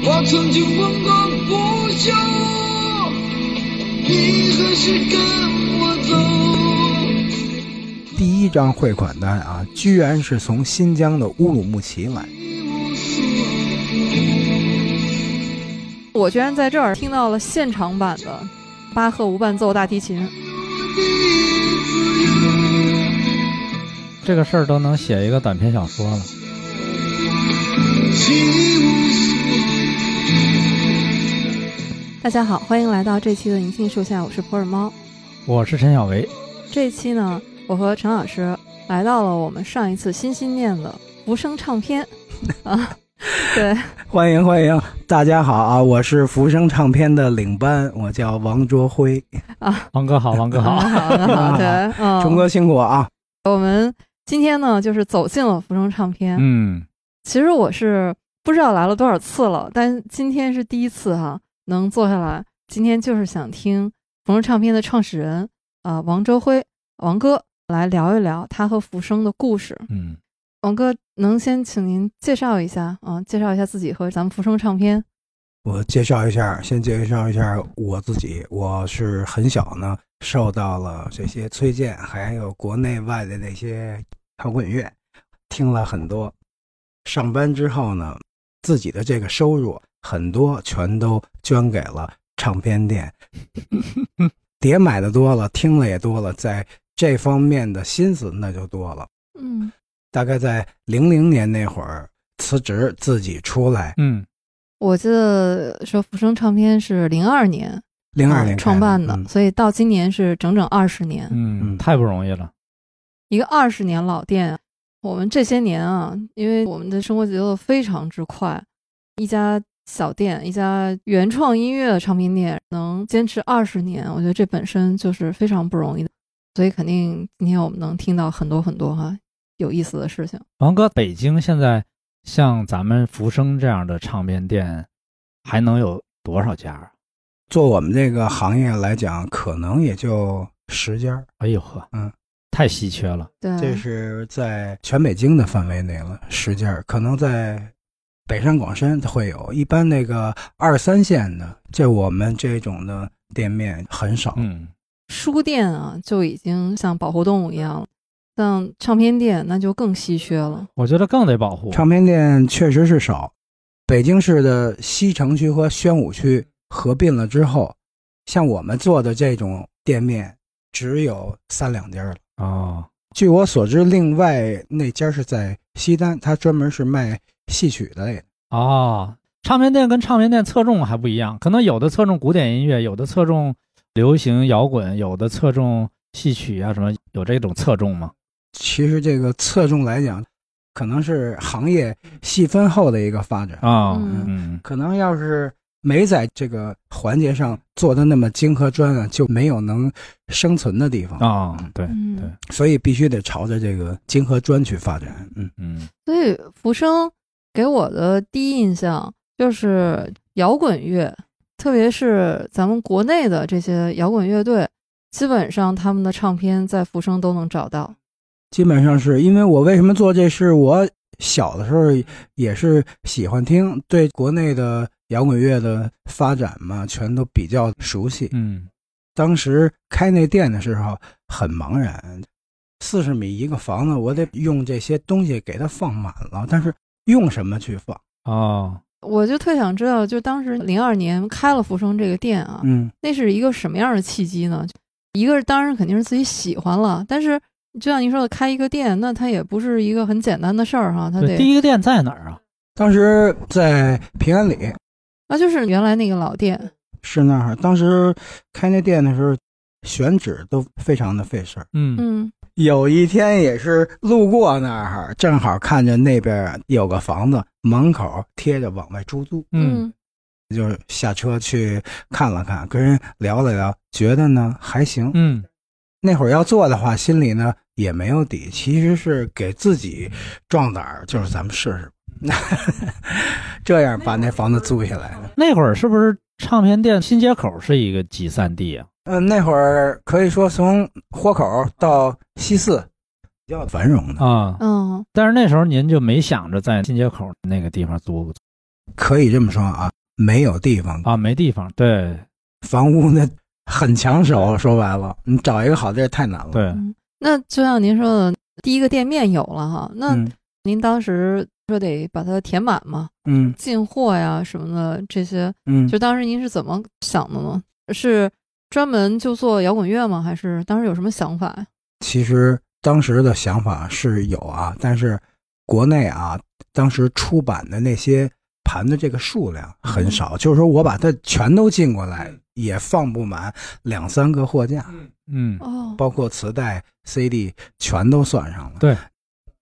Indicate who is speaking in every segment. Speaker 1: 我曾经问过不休，你何时跟我走？
Speaker 2: 第一张汇款单啊，居然是从新疆的乌鲁木齐来。
Speaker 1: 一无所有。
Speaker 3: 我居然在这儿听到了现场版的巴赫无伴奏大提琴。
Speaker 4: 这个事儿都能写一个短篇小说了。
Speaker 3: 大家好，欢迎来到这期的银杏树下，我是普洱猫。
Speaker 4: 我是陈小维，
Speaker 3: 这期呢，我和陈老师来到了我们上一次心心念的无声唱片啊，对，
Speaker 2: 欢迎欢迎，大家好啊！我是福生唱片的领班，我叫王卓辉，
Speaker 4: 王哥好，王 哥好。
Speaker 3: 好的，好的，嗯，
Speaker 2: 冲哥辛苦啊！
Speaker 3: 我们今天呢，就是走进了服装唱片。
Speaker 4: 嗯，
Speaker 3: 其实我是不知道来了多少次了，但今天是第一次哈、能坐下来。今天就是想听服装唱片的创始人啊、呃王周辉王哥来聊一聊他和福生的故事。
Speaker 4: 嗯，
Speaker 3: 王哥，能先请您介绍一下啊、介绍一下自己和咱们福生唱片。
Speaker 2: 我介绍一下，先介绍一下我自己。我是很小呢，受到了这些崔健，还有国内外的那些摇滚乐，听了很多。上班之后呢，自己的这个收入很多全都捐给了唱片 店，碟买的多了，听了也多了，在这方面的心思那就多了。
Speaker 3: 嗯
Speaker 2: 大概在零零年那会儿辞职，自己出来，
Speaker 4: 嗯，
Speaker 3: 我记得说福生唱片是零二年
Speaker 2: 零二年开
Speaker 3: 呃创办的，
Speaker 2: 嗯
Speaker 3: 所以到今年是整整二十年。
Speaker 4: 嗯，
Speaker 2: 嗯
Speaker 4: 太不容易了。
Speaker 3: 一个二十年老店，我们这些年啊，因为我们的生活节奏非常之快，一家小店，一家原创音乐唱片店能坚持二十年，我觉得这本身就是非常不容易的，所以肯定今天我们能听到很多很多哈、有意思的事情。
Speaker 4: 王哥，北京现在像咱们福生这样的唱片店，还能有多少家啊？
Speaker 2: 做我们这个行业来讲，可能也就十家儿，
Speaker 4: 哎呦呵，
Speaker 2: 嗯，
Speaker 4: 太稀缺了。
Speaker 3: 对，啊
Speaker 2: 这是在全北京的范围内了，十家儿，可能在北上广深会有，一般那个二三线的，这我们这种的店面很少。
Speaker 4: 嗯，
Speaker 3: 书店啊，就已经像保护动物一样了，像唱片店那就更稀缺了。
Speaker 4: 我觉得更得保护。
Speaker 2: 唱片店确实是少，北京市的西城区和宣武区合并了之后，像我们做的这种店面只有三两家了。
Speaker 4: 哦，
Speaker 2: 据我所知，另外那家是在西单，它专门是卖戏曲的类的。
Speaker 4: 哦，唱片店跟唱片店侧重还不一样，可能有的侧重古典音乐，有的侧重流行摇滚，有的侧重戏曲啊什么，有这种侧重吗？
Speaker 2: 其实这个侧重来讲，可能是行业细分后的一个发展。
Speaker 4: 啊、
Speaker 3: 嗯
Speaker 4: 嗯，
Speaker 2: 可能要是没在这个环节上做的那么精和专啊，就没有能生存的地方
Speaker 4: 啊、。对，
Speaker 3: 嗯，
Speaker 4: 对
Speaker 2: 所以必须得朝着这个精和专去发展。嗯，
Speaker 4: 嗯
Speaker 3: 所以福生给我的第一印象就是摇滚乐，特别是咱们国内的这些摇滚乐队，基本上他们的唱片在福生都能找到。
Speaker 2: 基本上是因为我为什么做这事，我小的时候也是喜欢听，对国内的摇滚乐的发展嘛，全都比较熟悉。
Speaker 4: 嗯，
Speaker 2: 当时开那店的时候很茫然，四十米一个房子，我得用这些东西给它放满了，但是用什么去放？
Speaker 4: 哦，
Speaker 3: 我就特想知道，就当时零二年开了福生这个店啊，
Speaker 2: 嗯，
Speaker 3: 那是一个什么样的契机呢？一个是当然肯定是自己喜欢了，但是就像您说的，开一个店，那它也不是一个很简单的事儿、哈，它
Speaker 4: 啊对，
Speaker 3: 得
Speaker 4: 第一个店在哪儿啊？
Speaker 2: 当时在平安里
Speaker 3: 啊，就是原来那个老店，
Speaker 2: 是那儿，当时开那店的时候，选址都非常的费事儿。
Speaker 4: 嗯
Speaker 3: 嗯
Speaker 2: 有一天也是路过那儿，正好看见那边有个房子，门口贴着往外出租，
Speaker 4: 嗯，
Speaker 2: 就下车去看了看，跟人聊了聊，觉得呢还行。
Speaker 4: 嗯
Speaker 2: 那会儿要做的话，心里呢也没有底，其实是给自己壮胆儿，就是咱们试试， 这样把那房子租下来。
Speaker 4: 那会儿是不是唱片店新街口是一个集散地啊？
Speaker 2: 嗯、那会儿可以说从豁口到西四比较繁荣的，
Speaker 4: 啊、
Speaker 3: 嗯
Speaker 4: 但是那时候您就没想着在新街口那个地方租，
Speaker 2: 可以这么说啊。没有地方，
Speaker 4: 啊，没地方，对
Speaker 2: 房屋那很抢手。说白了，你找一个好地儿太难了。，
Speaker 4: 对，
Speaker 3: 那就像您说的，第一个店面有了哈，那
Speaker 4: 嗯
Speaker 3: 您当时说得把它填满嘛，
Speaker 4: 嗯
Speaker 3: 进货呀什么的这些，
Speaker 4: 嗯，
Speaker 3: 就当时您是怎么想的呢？是专门就做摇滚乐吗？还是当时有什么想法？
Speaker 2: 其实当时的想法是有啊，但是国内啊，当时出版的那些盘的这个数量很少，就是说我把它全都进过来，也放不满两三个货架，
Speaker 4: 嗯
Speaker 3: 哦，
Speaker 2: 包括磁带、CD 全都算上了。
Speaker 4: 对，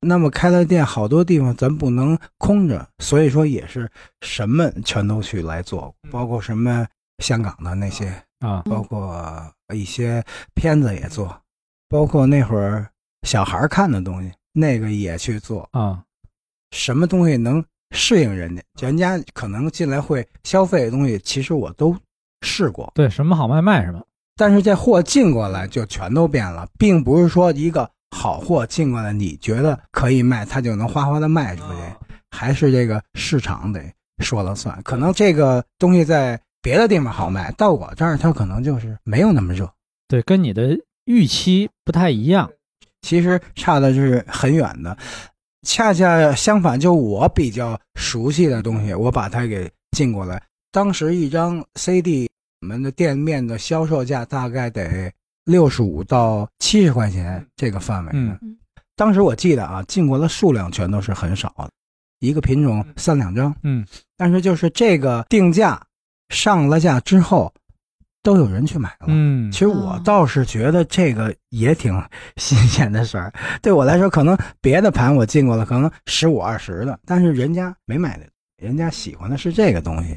Speaker 2: 那么开了店，好多地方咱不能空着，所以说也是什么全都去来做，包括什么香港的那些，
Speaker 4: 啊
Speaker 2: 包括一些片子也做，包括那会儿小孩儿看的东西，那个也去做。
Speaker 4: 啊
Speaker 2: 什么东西能适应人家，人家可能进来会消费的东西，其实我都试过，
Speaker 4: 对，什么好卖卖什么，
Speaker 2: 但是这货进过来就全都变了，并不是说一个好货进过来，你觉得可以卖，它就能哗哗的卖出去，还是这个市场得说了算。可能这个东西在别的地方好卖，到我这儿它可能就是没有那么热。
Speaker 4: 对，跟你的预期不太一样，
Speaker 2: 其实差的是很远的。恰恰相反，就我比较熟悉的东西，我把它给进过来。当时一张 CD，我们的店面的销售价大概得六十五到七十块钱这个范围。
Speaker 4: 嗯
Speaker 3: 嗯
Speaker 2: 当时我记得啊，进过的数量全都是很少的，一个品种三两张。
Speaker 4: 嗯，
Speaker 2: 但是就是这个定价上了架之后，都有人去买了。
Speaker 4: 嗯
Speaker 2: 其实我
Speaker 3: 哦
Speaker 2: 倒是觉得这个也挺新鲜的事儿。 对我来说，可能别的盘我进过了，可能十五二十的，但是人家没买的，人家喜欢的是这个东西。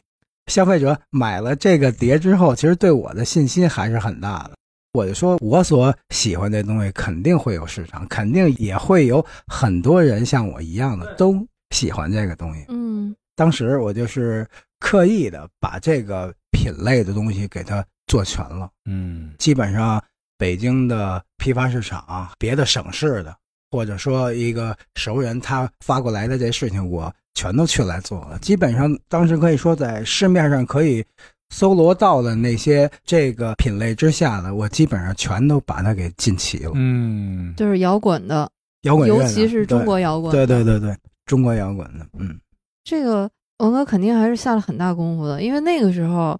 Speaker 2: 消费者买了这个碟之后，其实对我的信心还是很大的。我就说，我所喜欢的东西肯定会有市场，肯定也会有很多人像我一样的都喜欢这个东西。
Speaker 3: 嗯
Speaker 2: 当时我就是刻意的把这个品类的东西给它做全了。
Speaker 4: 嗯
Speaker 2: 基本上北京的批发市场、别的省市的，或者说一个熟人他发过来的这事情，我全都去来做了。基本上当时可以说，在市面上可以搜罗到的那些这个品类之下的，我基本上全都把它给尽齐了。
Speaker 4: 嗯，
Speaker 3: 就是摇滚的，
Speaker 2: 摇滚乐
Speaker 3: 尤
Speaker 2: 呢，
Speaker 3: 其是中
Speaker 2: 对
Speaker 3: 国摇滚，
Speaker 2: 对对对对，中国摇滚的，嗯，
Speaker 3: 这个文哥肯定还是下了很大功夫的，因为那个时候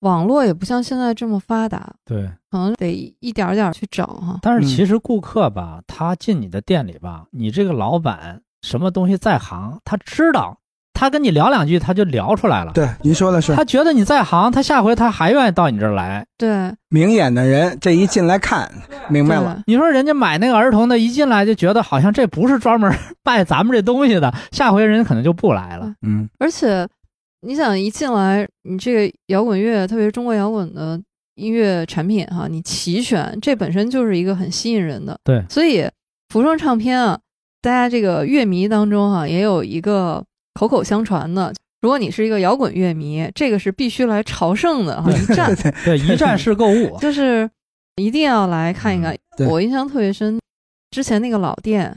Speaker 3: 网络也不像现在这么发达，
Speaker 4: 对。
Speaker 3: 可能得一点儿点儿去找哈。
Speaker 4: 但是
Speaker 2: 嗯
Speaker 4: 其实顾客吧，他进你的店里吧，你这个老板什么东西在行，他知道，他跟你聊两句，他就聊出来了。
Speaker 2: 对，您说的是
Speaker 4: 他觉得你在行，他下回他还愿意到你这儿来。
Speaker 3: 对，
Speaker 2: 明眼的人，这一进来看明白了，
Speaker 4: 你说人家买那个儿童的，一进来就觉得好像这不是专门 卖咱们这东西的，下回人可能就不来了。
Speaker 2: 嗯，
Speaker 3: 而且你想一进来，你这个摇滚乐，特别是中国摇滚的音乐产品哈，你齐全，这本身就是一个很吸引人的。
Speaker 4: 对
Speaker 3: 所以服装唱片啊，大家这个乐迷当中哈、也有一个口口相传的。如果你是一个摇滚乐迷，这个是必须来朝圣的哈，一 站。
Speaker 4: 对，一站式购 物
Speaker 3: 就是一定要来看一看。
Speaker 4: 嗯
Speaker 2: 对
Speaker 3: 我印象特别深，之前那个老店，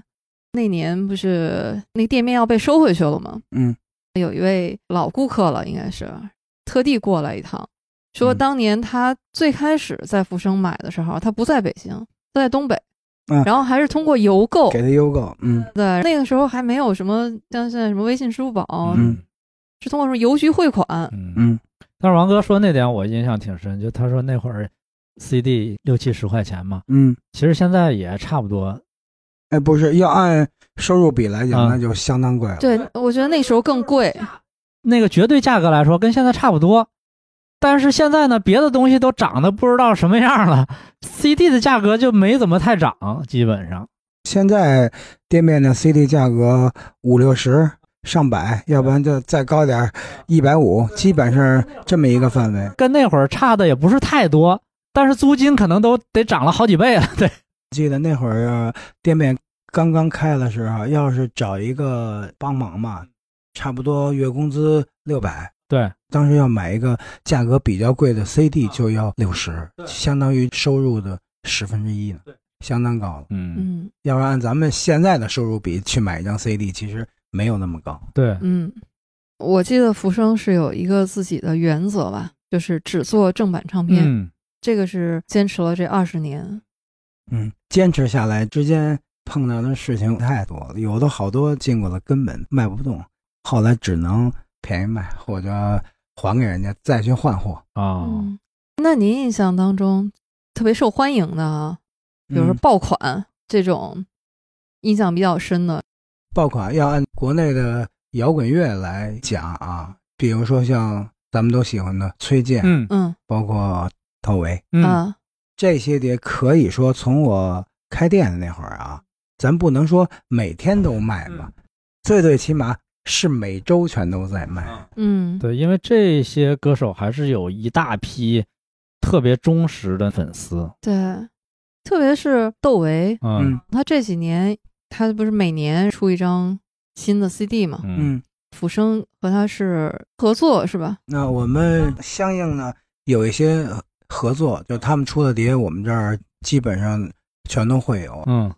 Speaker 3: 那年不是那店面要被收回去了吗？
Speaker 2: 嗯，
Speaker 3: 有一位老顾客了，应该是特地过来一趟，说
Speaker 2: 嗯
Speaker 3: 当年他最开始在复生买的时候，他不在北京，他在东北，
Speaker 2: 嗯
Speaker 3: 然后还是通过邮购。
Speaker 2: 给他邮购，嗯
Speaker 3: 对，那个时候还没有什么像现在什么微信、支付宝，
Speaker 2: 嗯
Speaker 3: 是通过什么邮局汇款。
Speaker 4: 嗯
Speaker 2: 嗯，
Speaker 4: 但是王哥说那点我印象挺深，就他说那会儿 CD 六七十块钱嘛，
Speaker 2: 嗯。
Speaker 4: 其实现在也差不多。
Speaker 2: 哎，不是，要按收入比来讲，
Speaker 4: 啊
Speaker 2: 那就相当贵了。
Speaker 3: 对，我觉得那时候更贵。
Speaker 4: 那个绝对价格来说跟现在差不多，但是现在呢，别的东西都涨得不知道什么样了，CD 的价格就没怎么太涨，基本上。
Speaker 2: 现在店面的 CD 价格五六十、上百，要不然就再高点一百五，150, 基本是这么一个范围。
Speaker 4: 跟那会儿差的也不是太多，但是租金可能都得涨了好几倍了。对，
Speaker 2: 记得那会儿呃店面刚刚开的时候，要是找一个帮忙嘛，差不多月工资六百。
Speaker 4: 对，
Speaker 2: 当时要买一个价格比较贵的 CD 就要六十，相当于收入的十分之一呢，相当高了。
Speaker 4: 嗯，
Speaker 3: 嗯
Speaker 2: 要是按咱们现在的收入比去买一张 CD，其实没有那么高。
Speaker 4: 对，
Speaker 3: 嗯，我记得福生是有一个自己的原则吧，就是只做正版唱片，
Speaker 4: 嗯，
Speaker 3: 这个是坚持了这二十年。
Speaker 2: 嗯，坚持下来之间碰到的事情太多了，有的好多进过了根本卖不动，后来只能便宜卖或者还给人家再去换货。
Speaker 4: 啊，
Speaker 3: 嗯，那您印象当中特别受欢迎的啊，比如说
Speaker 2: 嗯
Speaker 3: 爆款这种，印象比较深的，
Speaker 2: 爆款要按国内的摇滚乐来讲啊，比如说像咱们都喜欢的崔健，
Speaker 4: 嗯
Speaker 3: 嗯
Speaker 2: 包括窦唯，
Speaker 4: 嗯
Speaker 3: 啊，
Speaker 2: 这些碟可以说从我开店的那会儿啊，咱不能说每天都卖吧，最最起码是每周全都在卖。
Speaker 3: 嗯，
Speaker 4: 对，因为这些歌手还是有一大批特别忠实的粉丝，
Speaker 3: 对，特别是窦唯，
Speaker 4: 嗯
Speaker 3: 他这几年他不是每年出一张新的 CD 嘛？
Speaker 4: 嗯
Speaker 2: 嗯，
Speaker 3: 福生和他是合作是吧？
Speaker 2: 那我们相应呢有一些合作，就他们出的碟，我们这儿基本上全都会有。
Speaker 4: 嗯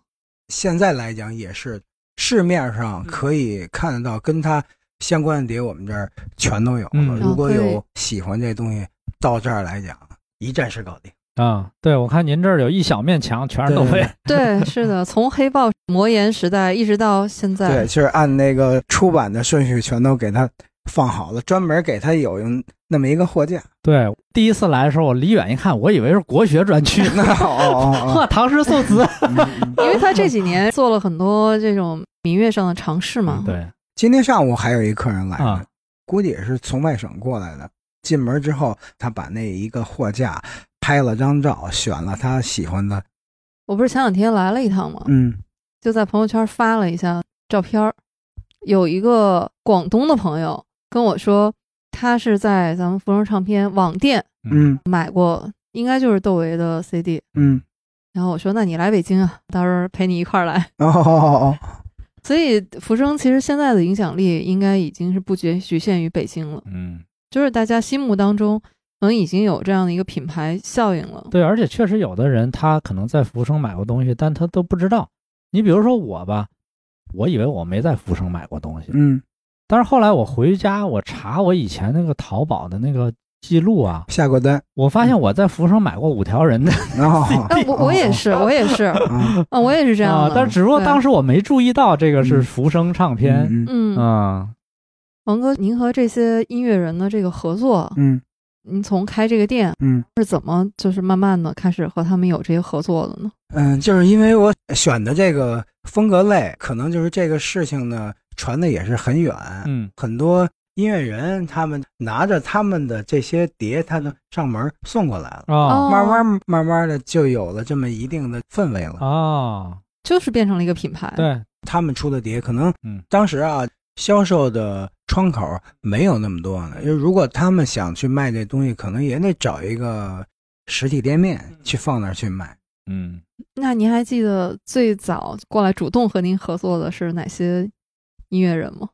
Speaker 2: 现在来讲也是市面上可以看得到跟它相关的碟，我们这儿全都有了。
Speaker 4: 嗯
Speaker 2: 如果
Speaker 3: 哦可以
Speaker 2: 有喜欢这东西，到这儿来讲一站式搞定。
Speaker 4: 啊，对我看您这儿有一小面墙全是窦
Speaker 2: 对
Speaker 4: 唯
Speaker 2: 对，
Speaker 3: 对，是 的，从黑豹魔岩时代一直到现
Speaker 2: 对，
Speaker 3: 在，
Speaker 2: 就是按那个出版的顺序全都给它放好了，专门给它有用那么一个货架。
Speaker 4: 对，第一次来的时候，我离远一看，我以为是国学专区，
Speaker 2: 那哦哦
Speaker 4: 呵，唐诗宋词。
Speaker 2: 哦嗯，
Speaker 3: 因为他这几年做了很多这种民乐上的尝试嘛。
Speaker 4: 嗯对
Speaker 2: 今天上午还有一客人来呢，
Speaker 4: 啊，
Speaker 2: 估计也是从外省过来的。进门之后，他把那一个货架拍了张照，选了他喜欢的。
Speaker 3: 我不是前两天来了一趟嘛，
Speaker 2: 嗯
Speaker 3: 就在朋友圈发了一下照片儿。有一个广东的朋友跟我说，他是在咱们福生唱片网店
Speaker 2: 嗯
Speaker 3: 买过，应该就是窦唯的 CD。
Speaker 2: 嗯，
Speaker 3: 然后我说：“那你来北京啊，到时候陪你一块儿来。
Speaker 2: 哦哦哦哦，”
Speaker 3: 所以福生其实现在的影响力应该已经是不局局限于北京了，
Speaker 4: 嗯，
Speaker 3: 就是大家心目当中可能已经有这样的一个品牌效应了。
Speaker 4: 对，而且确实有的人他可能在福生买过东西，但他都不知道。你比如说我吧，我以为我没在福生买过东西，
Speaker 2: 嗯，
Speaker 4: 但是后来我回家我查我以前那个淘宝的那个记录啊，
Speaker 2: 下过单。
Speaker 4: 我发现我在福生买过五条人的
Speaker 2: 然后
Speaker 3: 哎，我我
Speaker 2: 哦
Speaker 3: 也是，我也 是，
Speaker 2: 啊，
Speaker 3: 啊，我也是这样
Speaker 4: 哦啊
Speaker 3: 的。，
Speaker 4: 但是只不过
Speaker 3: 对
Speaker 4: 当时我没注意到这个是
Speaker 2: 嗯
Speaker 4: 福生唱片
Speaker 2: 嗯嗯
Speaker 3: 嗯，
Speaker 4: 啊，
Speaker 3: 王哥，您和这些音乐人的这个合作，
Speaker 2: 嗯
Speaker 3: 您从开这个店
Speaker 2: 嗯。
Speaker 3: 是怎么就是慢慢的开始和他们有这些合作的呢？
Speaker 2: 嗯，就是因为我选的这个风格类，可能就是这个事情呢传的也是很远，
Speaker 4: 嗯
Speaker 2: 很多音乐人他们拿着他们的这些碟，他的上门送过来了，
Speaker 4: 啊
Speaker 3: 哦
Speaker 2: 慢慢慢慢的就有了这么一定的氛围了。
Speaker 4: 啊，
Speaker 3: 就是变成了一个品牌。
Speaker 4: 对，
Speaker 2: 他们出的碟，可能
Speaker 4: 嗯
Speaker 2: 当时啊销售的窗口没有那么多呢，因为如果他们想去卖这东西，可能也得找一个实体店面去放那儿去卖。
Speaker 4: 嗯，
Speaker 3: 那您还记得最早过来主动和您合作的是哪些音乐人吗？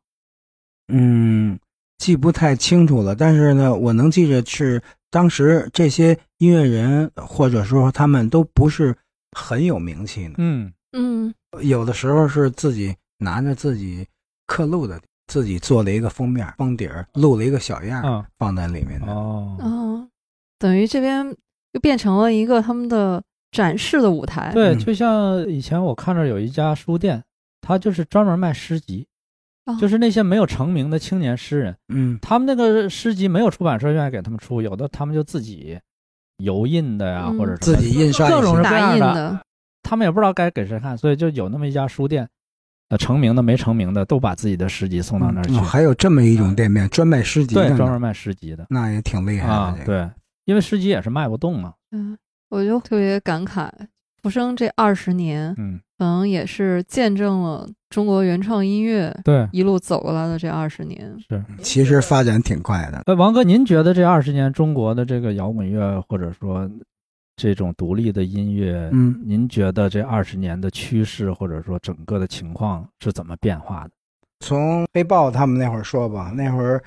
Speaker 2: 嗯，记不太清楚了，但是呢，我能记着是当时这些音乐人或者说他们都不是很有名气呢，
Speaker 4: 嗯
Speaker 3: 嗯，
Speaker 2: 有的时候是自己拿着自己刻录的，自己做了一个封面封底儿，录了一个小样儿
Speaker 4: 啊
Speaker 2: 放在里面的。
Speaker 4: 哦，
Speaker 3: 哦，等于这边又变成了一个他们的展示的舞台。
Speaker 4: 对，
Speaker 2: 嗯
Speaker 4: 就像以前我看着有一家书店，他就是专门卖诗集
Speaker 3: 哦，
Speaker 4: 就是那些没有成名的青年诗人，
Speaker 2: 嗯
Speaker 4: 他们那个诗集没有出版社愿意给他们出，有的他们就自己油印的呀，
Speaker 3: 嗯
Speaker 4: 或者什
Speaker 2: 自
Speaker 4: 么
Speaker 2: 己印刷
Speaker 4: 各
Speaker 2: 一些
Speaker 4: 种是这
Speaker 3: 打
Speaker 4: 样
Speaker 3: 印
Speaker 4: 的
Speaker 3: 的，
Speaker 4: 他们也不知道该给谁看，所以就有那么一家书店，呃，成名的没成名的都把自己的诗集送到那儿去，嗯
Speaker 2: 哦还有这么一种店面，专卖诗集
Speaker 4: 对
Speaker 2: 的，
Speaker 4: 专门
Speaker 2: 呢，
Speaker 4: 卖诗集的
Speaker 2: 那也挺厉害的。
Speaker 4: 啊
Speaker 2: 这，个，
Speaker 4: 对，因为诗集也是卖不动嘛，
Speaker 3: 嗯，我就特别感慨，福生这二十年，
Speaker 4: 嗯，
Speaker 3: 可能也是见证了中国原创音乐
Speaker 4: 对。
Speaker 3: 一路走过来的这二十年。
Speaker 2: 其实发展挺快的。
Speaker 4: 呃，王哥，您觉得这二十年中国的这个摇滚乐，或者说这种独立的音乐，
Speaker 2: 嗯，
Speaker 4: 您觉得这二十年的趋势，或者说整个的情况是怎么变化的？
Speaker 2: 从黑豹他们那会儿说吧，那会儿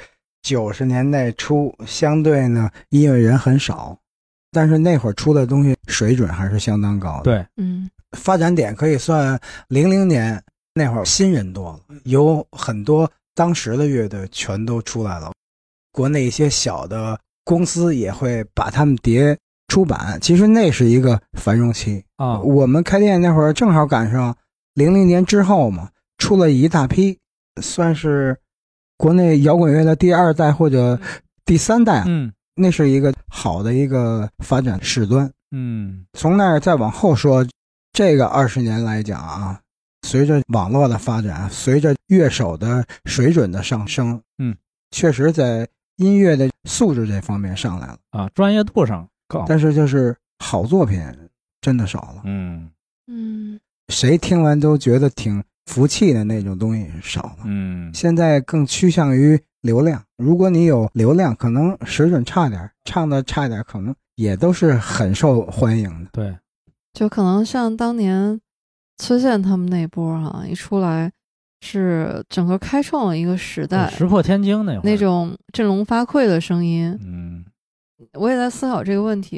Speaker 2: 九十年代初，相对呢音乐人很少，但是那会儿出的东西水准还是相当高的。，
Speaker 4: 对，
Speaker 3: 嗯
Speaker 2: 发展点可以算零零年那会儿新人多了，有很多当时的乐队全都出来了，国内一些小的公司也会把他们碟出版。其实那是一个繁荣期，
Speaker 4: 啊，
Speaker 2: 我们开店那会儿正好赶上零零年之后嘛，出了一大批，算是国内摇滚乐的第二代或者第三代，啊
Speaker 4: 嗯
Speaker 2: 那是一个好的一个发展史端。
Speaker 4: 嗯
Speaker 2: 从那儿再往后说，这个二十年来讲啊，随着网络的发展，随着乐手的水准的上升，
Speaker 4: 嗯，
Speaker 2: 确实在音乐的素质这方面上来了，
Speaker 4: 啊，专业度上高，
Speaker 2: 但是就是好作品真的少了，
Speaker 4: 嗯
Speaker 3: 嗯
Speaker 2: 谁听完都觉得挺服气的那种东西少了。
Speaker 4: 嗯
Speaker 2: 现在更趋向于流量，如果你有流量，可能水准差点儿，唱的差点儿，可能也都是很受欢迎的。
Speaker 4: 对，
Speaker 3: 就可能像当年崔健他们那波哈、一出来是整个开创了一个
Speaker 2: 哦
Speaker 3: 时代，
Speaker 4: 石破天惊那会儿
Speaker 3: 那，种振聋发聩的声音。
Speaker 4: 嗯
Speaker 3: 我也在思考这个问题，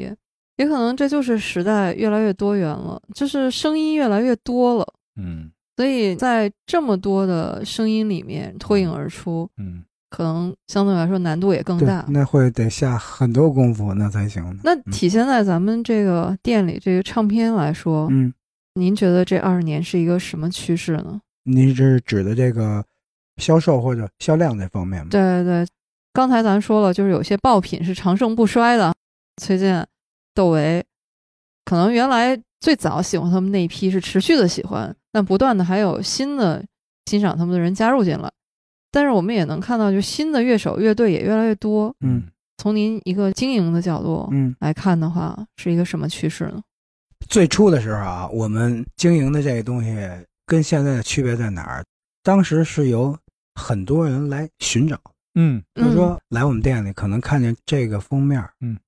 Speaker 3: 也可能这就是时代越来越多元了，就是声音越来越多了，
Speaker 4: 嗯
Speaker 3: 所以在这么多的声音里面脱颖而出，
Speaker 4: 嗯
Speaker 3: 可能相对来说难度也更
Speaker 2: 对
Speaker 3: 大，。
Speaker 2: 那嗯会得下很多功夫，那才行呢。
Speaker 3: 那体现在咱们这个店里这个唱片来说，
Speaker 2: 嗯，
Speaker 3: 您觉得这二十年是一个什么趋势呢？
Speaker 2: 您是指的这个销售或者销量这方面吗？，
Speaker 3: 对对，对，刚才咱说了，就是有些爆品是长盛不衰的，崔健、窦唯，可能原来最早喜欢他们那一批是持续的喜欢，但不断的还有新的欣赏他们的人加入进来。但是我们也能看到，就新的乐手乐队也越来越多。
Speaker 2: 嗯
Speaker 3: 从您一个经营的角度
Speaker 2: 嗯，
Speaker 3: 来看的话，是一个什么趋势呢？
Speaker 2: 最初的时候啊，我们经营的这个东西跟现在的区别在哪儿？当时是由很多人来寻找，
Speaker 4: 嗯
Speaker 2: 比如
Speaker 3: 嗯
Speaker 2: 说来我们店里可能看见这个封面，
Speaker 4: 嗯，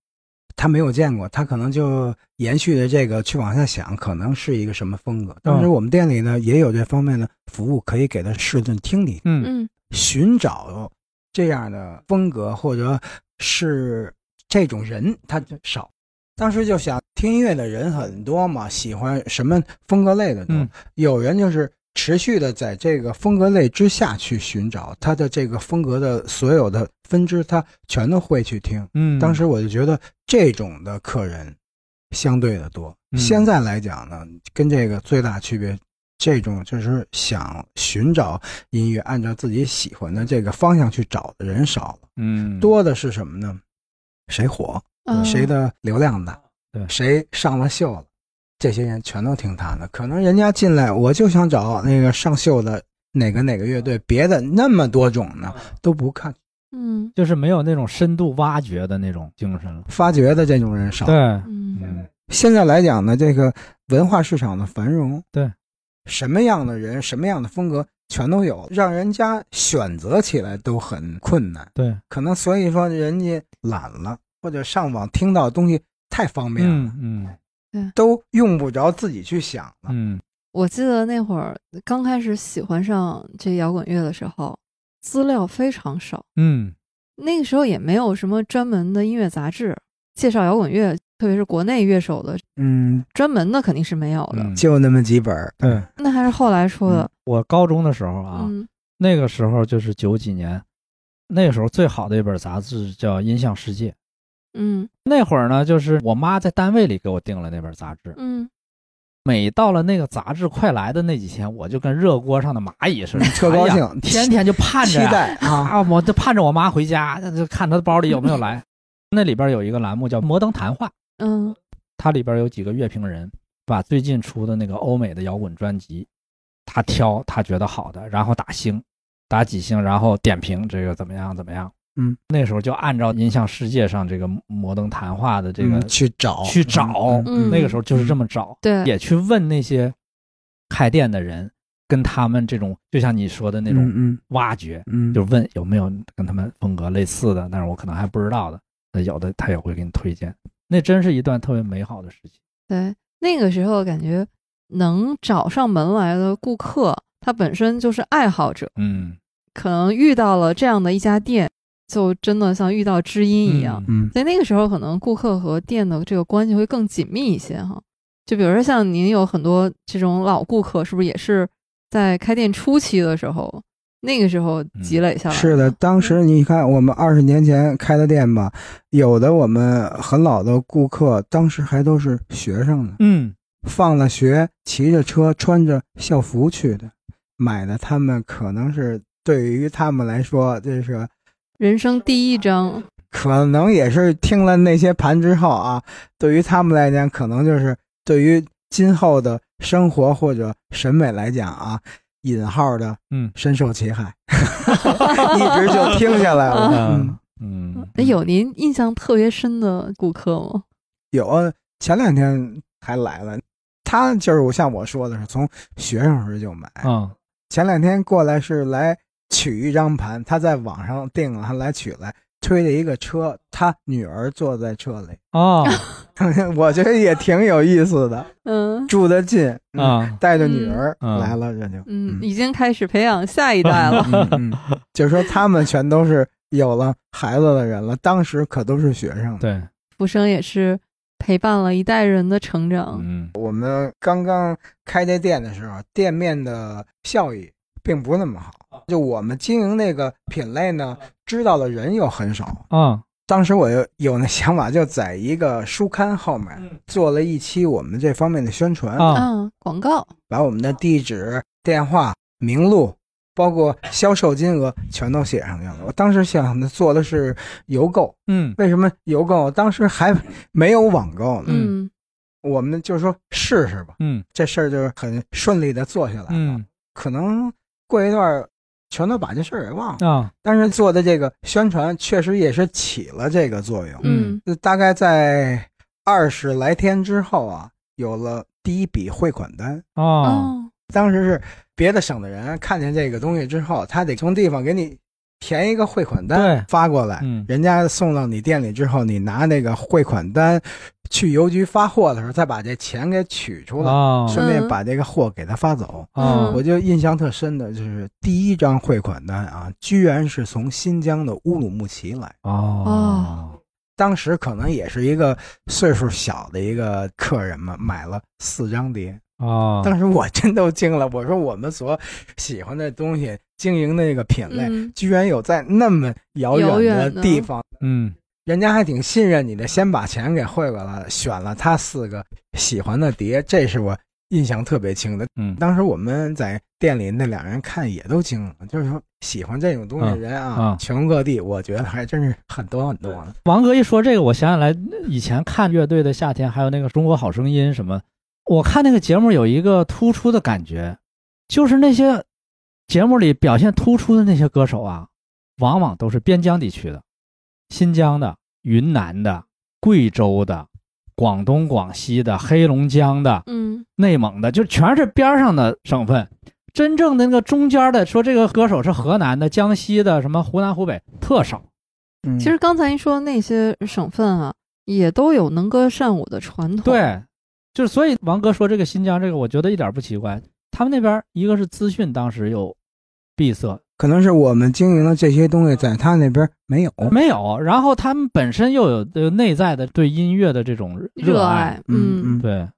Speaker 2: 他没有见过，他可能就延续着这个去往下想，可能是一个什么风格。当时我们店里呢也有这方面的服务可以给他试听听你
Speaker 4: 嗯
Speaker 3: 嗯
Speaker 2: 寻找这样的风格或者是这种人，他就少。当时就想，听音乐的人很多嘛，喜欢什么风格类的都、
Speaker 4: 嗯
Speaker 2: 有人就是持续的在这个风格类之下去寻找他的这个风格的所有的分支，他全都会去听。
Speaker 4: 嗯，
Speaker 2: 当时我就觉得这种的客人相对的多。
Speaker 4: 嗯
Speaker 2: 现在来讲呢，跟这个最大区别，这种就是想寻找音乐，按照自己喜欢的这个方向去找的人少了，
Speaker 4: 嗯
Speaker 2: 多的是什么呢？谁火，
Speaker 3: 嗯，
Speaker 2: 谁的流量大，
Speaker 4: 对
Speaker 2: 谁上了秀了，这些人全都听他的。可能人家进来，我就想找那个上秀的哪个哪个乐队，别的那么多种呢都不看，
Speaker 3: 嗯
Speaker 4: 就是没有那种深度挖掘的那种精神了，
Speaker 2: 发掘的这种人少。
Speaker 4: 对，
Speaker 3: 嗯
Speaker 4: 嗯
Speaker 2: 现在来讲呢，这个文化市场的繁荣，
Speaker 4: 对，
Speaker 2: 什么样的人，什么样的风格全都有，让人家选择起来都很困难。
Speaker 4: 对，
Speaker 2: 可能所以说人家懒了，或者上网听到的东西太方便了，
Speaker 4: 嗯嗯
Speaker 2: 都用不着自己去想了。
Speaker 4: 嗯
Speaker 3: 我记得那会儿刚开始喜欢上这摇滚乐的时候，资料非常少。
Speaker 4: 嗯
Speaker 3: 那个时候也没有什么专门的音乐杂志介绍摇滚乐，特别是国内乐手的
Speaker 2: 嗯，
Speaker 3: 专门的肯定是没有的。
Speaker 4: 嗯，
Speaker 2: 就那么几本儿。
Speaker 4: 对
Speaker 3: 那还是后来出的，
Speaker 4: 我高中的时候啊，
Speaker 3: 嗯
Speaker 4: 那个时候就是九几年，那个时候最好的一本杂志叫《音像世界》。
Speaker 3: 嗯
Speaker 4: 那会儿呢，就是我妈在单位里给我订了那本杂志。
Speaker 3: 嗯
Speaker 4: 每到了那个杂志快来的那几天，我就跟热锅上的蚂蚁似的，
Speaker 2: 嗯特高兴
Speaker 4: 哎呀天天就盼
Speaker 2: 期
Speaker 4: 着呀
Speaker 2: 待啊，
Speaker 4: 啊，我就盼着我妈回家，就看她包里有没有来。那里边有一个栏目叫《摩登谈话》，
Speaker 3: 嗯
Speaker 4: 它里边有几个乐评人把最近出的那个欧美的摇滚专辑，他挑他觉得好的，然后打星，打几星，然后点评这个怎么样怎么样。
Speaker 2: 嗯，
Speaker 4: 那时候就按照音像世界上这个摩登谈话的这个、
Speaker 2: 嗯去找
Speaker 4: 去找
Speaker 2: 嗯，
Speaker 3: 嗯
Speaker 4: 那个时候就是这么找，
Speaker 3: 对
Speaker 4: 也去问那些开店的人，跟他们这种就像你说的那种
Speaker 2: 嗯
Speaker 4: 挖掘，
Speaker 2: 嗯，
Speaker 4: 就问有没有跟他们风格类似的，但是我可能还不知道的，那有的他也会给你推荐。那真是一段特别美好的事情。
Speaker 3: 对，那个时候感觉能找上门来的顾客，他本身就是爱好者，
Speaker 4: 嗯，
Speaker 3: 可能遇到了这样的一家店，就真的像遇到知音一样。
Speaker 2: 嗯
Speaker 3: 所以那个时候，可能顾客和店的这个关系会更紧密一些哈。就比如说像您有很多这种老顾客，是不是也是在开店初期的时候那个时候积累下来、
Speaker 2: 是的，，当时你看我们二十年前开的店吧，有的我们很老的顾客，当时还都是学生呢，
Speaker 4: 嗯，
Speaker 2: 放了学骑着车穿着校服去的，买的他们可能是对于他们来说，这是
Speaker 3: 人生第一章，
Speaker 2: 可能也是听了那些盘之后啊，对于他们来讲，可能就是对于今后的生活或者审美来讲啊，引号的，
Speaker 4: 嗯
Speaker 2: 深受其害，一直就听下
Speaker 4: 음.
Speaker 2: 来了。
Speaker 4: 아.
Speaker 2: 嗯，
Speaker 4: 嗯，
Speaker 3: 那哎有您印象特别深的顾客吗？
Speaker 2: 有前两天还来了，他就是我像我说的是从学生时就买，
Speaker 4: 啊，
Speaker 2: 前两天过来是来取一张盘，他在网上订了，他来取来，推着一个车，他女儿坐在车里。
Speaker 4: 哦
Speaker 2: 我觉得也挺有意思的，
Speaker 3: 嗯
Speaker 2: 住得近，
Speaker 4: 啊，
Speaker 2: 带着女儿
Speaker 4: 嗯
Speaker 2: 来了，这就
Speaker 3: 嗯，已经开始培养下一代 了。
Speaker 2: 嗯嗯，就是说他们全都是有了孩子的人了，当时可都是学生。
Speaker 4: 对，
Speaker 3: 福生也是陪伴了一代人的成长。
Speaker 4: 嗯
Speaker 2: 我们刚刚开这店的时候，店面的效益并不那么好，
Speaker 4: 啊
Speaker 2: 就我们经营那个品类呢，知道的人又很少，
Speaker 4: 啊，
Speaker 2: 当时我有有那想法，就在一个书刊后面做了一期我们这方面的宣传，
Speaker 4: 嗯啊，
Speaker 3: 嗯，广告
Speaker 2: 把我们的地址、电话、名录，包括销售金额全都写上去了。我当时想的做的是邮购，
Speaker 4: 嗯
Speaker 2: 为什么邮购？当时还 没有网购呢，
Speaker 4: 嗯
Speaker 3: 嗯，
Speaker 2: 我们就说试试吧，
Speaker 4: 嗯
Speaker 2: 这事儿就是很顺利的做下来了。
Speaker 4: 嗯
Speaker 2: 可能过一段儿全都把这事儿给忘了，
Speaker 4: 啊，
Speaker 2: 但是做的这个宣传确实也是起了这个作用。
Speaker 4: 嗯
Speaker 3: 嗯
Speaker 2: 那大概在二十来天之后啊，有了第一笔汇款单。
Speaker 4: 아.哦，
Speaker 3: 哦，
Speaker 2: 当时是别的省的人看见这个东西之后，他得从地方给你填一个汇款
Speaker 4: 对
Speaker 2: 单发过来，
Speaker 4: 嗯
Speaker 2: 人家送到你店里之后，你拿那个汇款单去邮局发货的时候，再把这钱给取出来，
Speaker 4: 哦
Speaker 2: 顺便
Speaker 3: 嗯
Speaker 2: 把这个货给他发走。
Speaker 4: 哦
Speaker 2: 我就印象特深的就是第一张汇款单啊，居然是从新疆的乌鲁木齐来。
Speaker 4: 哦，
Speaker 2: 当时可能也是一个岁数小的一个客人嘛，买了四张碟。
Speaker 4: 哦，
Speaker 2: 当时我真都惊了，我说我们所喜欢的东西，经营的那个品类，
Speaker 3: 嗯
Speaker 2: 居然有在那么遥
Speaker 3: 遥
Speaker 2: 远
Speaker 3: 远
Speaker 2: 的
Speaker 3: 的
Speaker 2: 地方，
Speaker 4: 嗯
Speaker 2: 人家还挺信任你的，先把钱给汇过来了，选了他四个喜欢的碟，这是我印象特别清的。
Speaker 4: 嗯，
Speaker 2: 当时我们在店里那俩人看也都惊了，就是说喜欢这种东西的人啊，
Speaker 4: 啊啊
Speaker 2: 全国各地，我觉得还真是很多很多呢。
Speaker 4: 王哥一说这个，我想起来以前看乐队的夏天，还有那个《中国好声音》什么，我看那个节目有一个突出的感觉，就是那些节目里表现突出的那些歌手啊，往往都是边疆地区的，新疆的、云南的、贵州的、广东、广西的、黑龙江的、
Speaker 3: 嗯
Speaker 4: 内蒙的，就全是边儿上的省份。真正的那个中间的，说这个歌手是河南的、江西的，什么湖南、湖北，特少。
Speaker 2: 嗯
Speaker 3: 其实刚才您说的那些省份啊，也都有能歌善舞的传统。，
Speaker 4: 对，就是所以王哥说这个新疆这个，我觉得一点不奇怪。他们那边儿一个是资讯当时有闭塞，
Speaker 2: 可能是我们经营的这些东西在他那边没有。
Speaker 3: 嗯
Speaker 4: 没有，然后他们本身又有呃内在的对音乐的这种热
Speaker 3: 热
Speaker 4: 爱，，
Speaker 2: 嗯嗯，
Speaker 4: 对，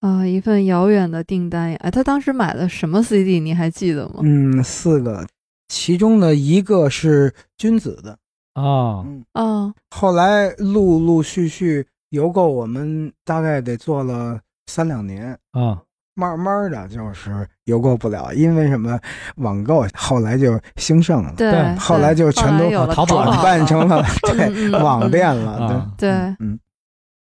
Speaker 3: 啊，一份遥远的订单呀！哎，他当时买的什么 CD？你还记得吗？
Speaker 2: 嗯，四个，其中的一个是君子的，
Speaker 4: 哦，
Speaker 3: 啊，
Speaker 2: 后来陆陆续续邮购，我们大概得做了三两年。
Speaker 4: 啊，
Speaker 2: 慢慢的就是邮购不了，因为什么？网购后来就兴盛了，
Speaker 3: 对
Speaker 4: 对，
Speaker 2: 后来就全都
Speaker 3: 后来有了
Speaker 4: 淘宝
Speaker 2: 转
Speaker 4: 了
Speaker 2: 办成了
Speaker 3: 嗯嗯
Speaker 2: 对
Speaker 3: 嗯
Speaker 2: 网店
Speaker 4: 啊
Speaker 2: 了。
Speaker 3: 对
Speaker 2: 嗯嗯，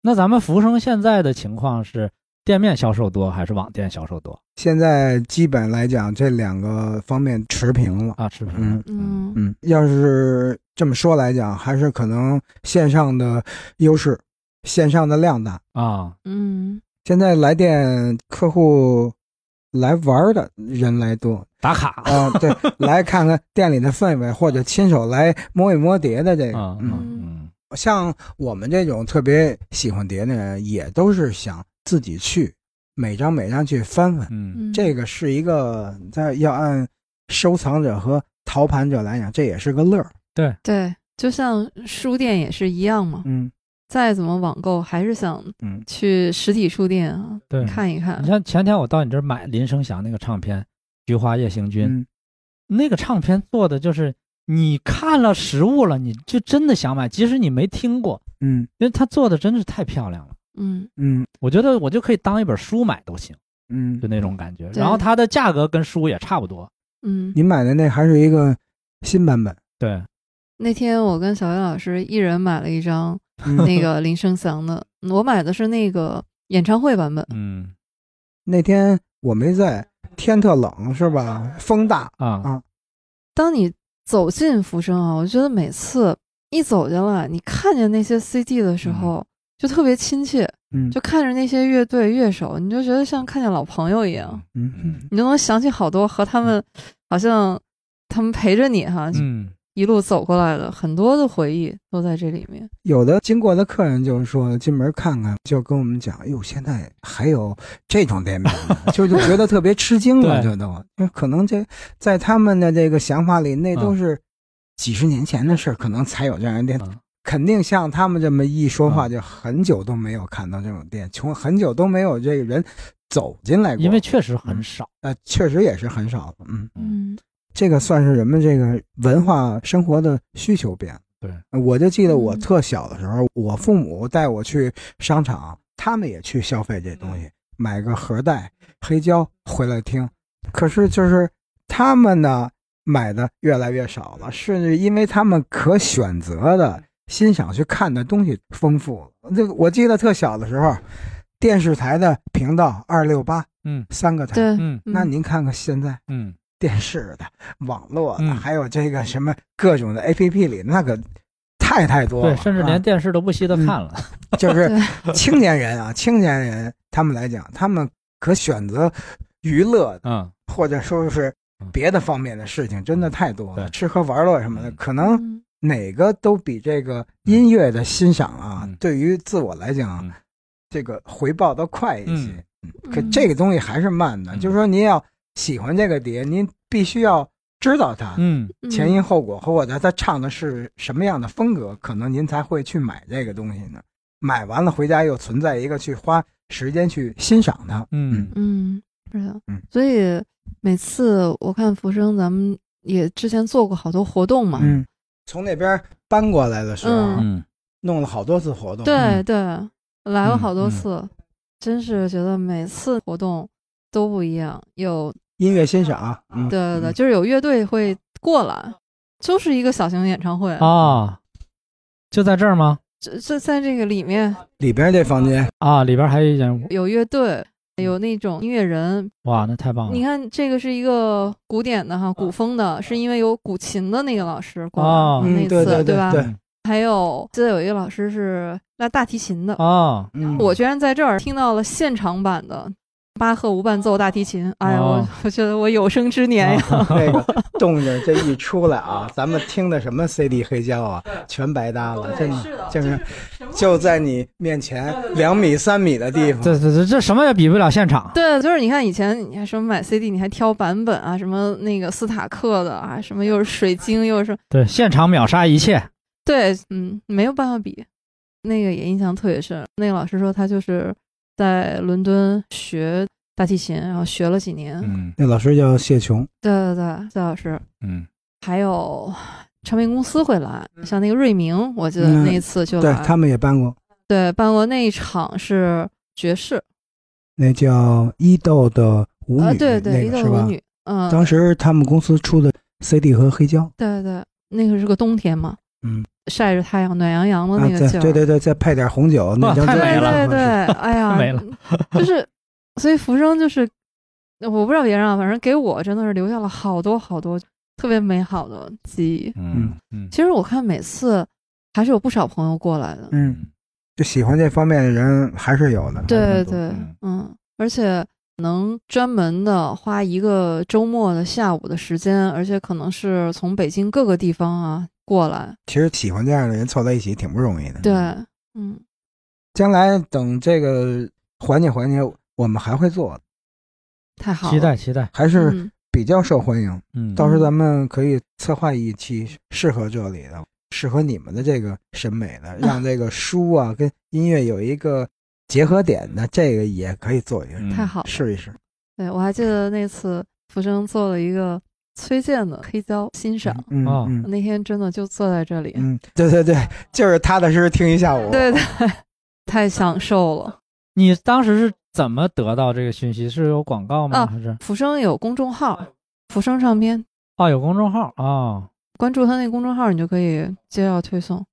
Speaker 4: 那咱们福生现在的情况是店面销售多还是网店销售多
Speaker 2: 现在基本来讲这两个方面持平了。
Speaker 4: 啊？是不是？
Speaker 2: 嗯
Speaker 3: 嗯
Speaker 2: 嗯，要是这么说来讲，还是可能线上的优势，线上的量大。
Speaker 4: 啊，
Speaker 3: 嗯
Speaker 2: 现在来电客户来玩儿的人来多
Speaker 4: 打卡
Speaker 2: 啊、对，来看看店里的氛围，或者亲手来摸一摸碟的这个。
Speaker 4: 啊，
Speaker 2: 嗯，
Speaker 4: 嗯
Speaker 2: 像我们这种特别喜欢碟的人，也都是想自己去每张每张去翻翻。
Speaker 4: 嗯
Speaker 3: 嗯，
Speaker 2: 这个是一个，在要按收藏者和淘盘者来讲，这也是个乐儿。
Speaker 3: 对，就像书店也是一样嘛，
Speaker 2: 嗯
Speaker 3: 再怎么网购，还是想
Speaker 2: 嗯
Speaker 3: 去实体书店啊
Speaker 4: 对。
Speaker 3: 看一看
Speaker 4: 你。像前天我到你这儿买林生祥那个唱片《菊花夜行军》，
Speaker 2: 嗯
Speaker 4: 那个唱片做的就是你看了实物了，你就真的想买，即使你没听过，
Speaker 2: 嗯
Speaker 4: 因为他做的真的是太漂亮了。
Speaker 3: 嗯
Speaker 2: 嗯
Speaker 4: 我觉得我就可以当一本书买都行，
Speaker 2: 嗯
Speaker 4: 就，那种感觉。
Speaker 3: 对
Speaker 4: 然后它的价格跟书也差不多。
Speaker 3: 嗯。
Speaker 2: 你买的那还是一个新版本，
Speaker 4: 对，
Speaker 3: 那天我跟小袁老师一人买了一张
Speaker 2: 嗯
Speaker 3: 那个林生祥的，嗯我买的是那个演唱会版本。
Speaker 4: 嗯
Speaker 2: 那天我没在，天特冷是吧？风大，
Speaker 4: 啊
Speaker 3: 当你走进福生啊，我觉得每次一走进来，你看见那些 CD 的时候，就特别亲切，
Speaker 2: 嗯，
Speaker 3: 就看着那些乐队乐手，你就觉得像看见老朋友一样，
Speaker 2: 嗯
Speaker 3: 你就能想起好多和他们，好像他们陪着你哈，
Speaker 4: 嗯
Speaker 3: 一路走过来的很多的回忆都在这里面。
Speaker 2: 有的经过的客人就是说进门看看，就跟我们讲，哟，现在还有这种店面呢， 就就觉得特别吃惊了，
Speaker 4: 对
Speaker 2: 这都就可能这在他们的这个想法里，那都是几十年前的事儿，可能才有这样的店
Speaker 4: 嗯。
Speaker 2: 肯定像他们这么一说话，
Speaker 4: 嗯
Speaker 2: 就很久都没有看到这种店，从很久都没有这个人走进来过，
Speaker 4: 因为确实很少。
Speaker 2: 呃，确实也是很少了，嗯。
Speaker 3: 嗯
Speaker 2: 这个算是人们这个文化生活的需求变了。
Speaker 4: 对
Speaker 2: 我就记得我
Speaker 3: 嗯
Speaker 2: 特小的时候，我父母带我去商场，他们也去消费这东西，买个盒带、黑胶回来听。可是就是他们呢，买的越来越少了，甚至因为他们可选择的欣赏去看的东西丰富了。那个我记得特小的时候，电视台的频道二六八
Speaker 4: 嗯
Speaker 2: 三个台，
Speaker 3: 对，
Speaker 4: 嗯
Speaker 2: 哎那
Speaker 3: 嗯
Speaker 2: 您看看现在。
Speaker 4: 嗯，
Speaker 2: 电视的、 网络的，
Speaker 4: 嗯
Speaker 2: 还有这个什么各种的 APP 里，那可太太多了，
Speaker 4: 对，甚至连
Speaker 2: 啊
Speaker 4: 电视都不惜的看了。
Speaker 2: 就是
Speaker 3: 对
Speaker 2: 青年人啊，青年人他们来讲，他们可选择娱乐
Speaker 4: 嗯，
Speaker 2: 或者说是
Speaker 4: 嗯
Speaker 2: 别的方面的事情，真的太多了，
Speaker 4: 对
Speaker 2: 吃喝玩乐什么的，
Speaker 4: 嗯
Speaker 2: 可能
Speaker 3: 嗯
Speaker 2: 哪个都比这个音乐的欣赏啊，
Speaker 4: 嗯
Speaker 2: 对于自我来讲，啊
Speaker 4: 嗯
Speaker 2: 这个回报都快一些。
Speaker 4: 嗯
Speaker 2: 可这个东西还是慢的，
Speaker 4: 嗯
Speaker 2: 就是说您要喜欢这个碟，您必须要知道它，
Speaker 4: 嗯
Speaker 3: 嗯
Speaker 2: 前因后果，或者他唱的是什么样的风格，可能您才会去买这个东西呢。买完了回家又存在一个去花时间去欣赏它。
Speaker 4: 嗯
Speaker 3: 嗯，是的，
Speaker 2: 嗯
Speaker 3: 所以每次我看福生，咱们也之前做过好多活动嘛，
Speaker 2: 嗯，从那边搬过来的时候，啊
Speaker 3: 嗯
Speaker 4: 嗯，
Speaker 2: 弄了好多次活动。
Speaker 3: 对
Speaker 4: 嗯
Speaker 3: 对，来过
Speaker 4: 嗯
Speaker 3: 好多
Speaker 4: 嗯
Speaker 3: 次，真是觉得每次活动都不一样，有
Speaker 2: 音乐欣赏。嗯，
Speaker 3: 对对对，就是有乐队会过来，就是一个小型演唱会，
Speaker 4: 啊，就在这儿吗？
Speaker 3: 这这在这个里面
Speaker 2: 里边这房间，
Speaker 4: 啊，里边还有一间屋，
Speaker 3: 有乐队。
Speaker 2: 嗯
Speaker 3: 有那种音乐人，
Speaker 4: 哇，那太棒
Speaker 2: 啊
Speaker 4: 了。
Speaker 3: 你看这个是一个古典的哈，古风的，是因为有古琴的那个老师过来、
Speaker 4: 哦
Speaker 2: 嗯
Speaker 3: 那次，
Speaker 2: 对对对
Speaker 3: 吧？
Speaker 2: 对
Speaker 4: 嗯
Speaker 3: 还有记得有一个老师是拉大提琴的，
Speaker 4: 哦，
Speaker 2: 嗯，
Speaker 3: 我居然在这儿听到了现场版的巴赫无伴奏大提琴，哎呀，
Speaker 4: 哦
Speaker 3: 我 我觉得我有生之年呀，
Speaker 2: 这个动静这一出来啊，咱们听的什么 CD 黑胶啊，全白搭了，真的，就是就在你面前两米三米的地方。
Speaker 4: 这这这这什么也比不了现场。
Speaker 3: 对，就是你看以前你还什么买 CD，你还挑版本啊，什么那个斯塔克的啊，什么又是水晶又是什么，
Speaker 4: 对，现场秒杀一切。
Speaker 3: 对，嗯，没有办法比。那个也印象特别深，那个老师说他就是在伦敦学大提琴，然后学了几年。
Speaker 4: 嗯
Speaker 2: 那老师叫谢琼，
Speaker 3: 对对对，谢老师，
Speaker 4: 嗯
Speaker 3: 还有唱片公司会来，像那个瑞明，我记得
Speaker 2: 嗯
Speaker 3: 那一次就
Speaker 2: 对
Speaker 3: 来，
Speaker 2: 他们也搬过。
Speaker 3: 对办过那一场是爵士，
Speaker 2: 那叫伊豆的舞女，
Speaker 3: 啊，对对，
Speaker 2: 那
Speaker 3: 一
Speaker 2: 个
Speaker 3: 对
Speaker 2: 是吧
Speaker 3: 舞？女，嗯，
Speaker 2: 当时他们公司出的 CD 和黑胶，
Speaker 3: 对对，那个是个冬天嘛，
Speaker 2: 嗯，
Speaker 3: 晒着太阳，暖洋洋的
Speaker 2: 啊，
Speaker 3: 哦那个
Speaker 2: 对
Speaker 3: 劲儿，
Speaker 2: 对对对，再配点红酒，那张
Speaker 4: 太
Speaker 2: 专
Speaker 3: 对
Speaker 4: 美
Speaker 2: 辑
Speaker 4: 了
Speaker 3: 对 对，哎呀，
Speaker 4: 没了，
Speaker 3: 就是，所以浮生就是，我不知道别人啊，反正给我真的是留下了好多好多特别美好的记忆。
Speaker 4: 嗯嗯
Speaker 3: 其实我看每次还是有不少朋友过来的，
Speaker 2: 嗯，就喜欢这方面的人还是有的。
Speaker 3: 对
Speaker 4: 很多
Speaker 3: 对
Speaker 4: 嗯，
Speaker 3: 嗯，而且能专门的花一个周末的下午的时间，而且可能是从北京各个地方啊过来，
Speaker 2: 其实喜欢这样的人凑在一起挺不容易的。
Speaker 3: 对，嗯，
Speaker 2: 将来等这个缓解缓解，我们还会做，
Speaker 3: 太嗯好了，
Speaker 4: 期待期待。
Speaker 2: 还是
Speaker 3: 嗯
Speaker 2: 比较受欢迎。
Speaker 4: 嗯，
Speaker 2: 到时候咱们可以策划一期适合这里的、适合你们的这个审美的，让这个书啊跟音乐有一个结合点的，这个也可以做一个。
Speaker 4: 嗯
Speaker 3: 太好了。
Speaker 2: 试一试。
Speaker 3: 对我还记得那次福生做了一个崔健的《黑胶》欣赏。
Speaker 2: 嗯
Speaker 4: 哦
Speaker 2: 嗯
Speaker 3: 那天真的就坐在这里，
Speaker 2: 嗯，对对对，就是踏踏实实听一下午。
Speaker 3: 对对， 太享受了。
Speaker 4: 你当时是怎么得到这个讯息？是有广告吗？
Speaker 3: 啊
Speaker 4: 还是
Speaker 3: 浮生有公众号，浮生唱片，
Speaker 4: 哦，有公众号啊、哦
Speaker 3: 关注他那公众号，你就可以接到推送。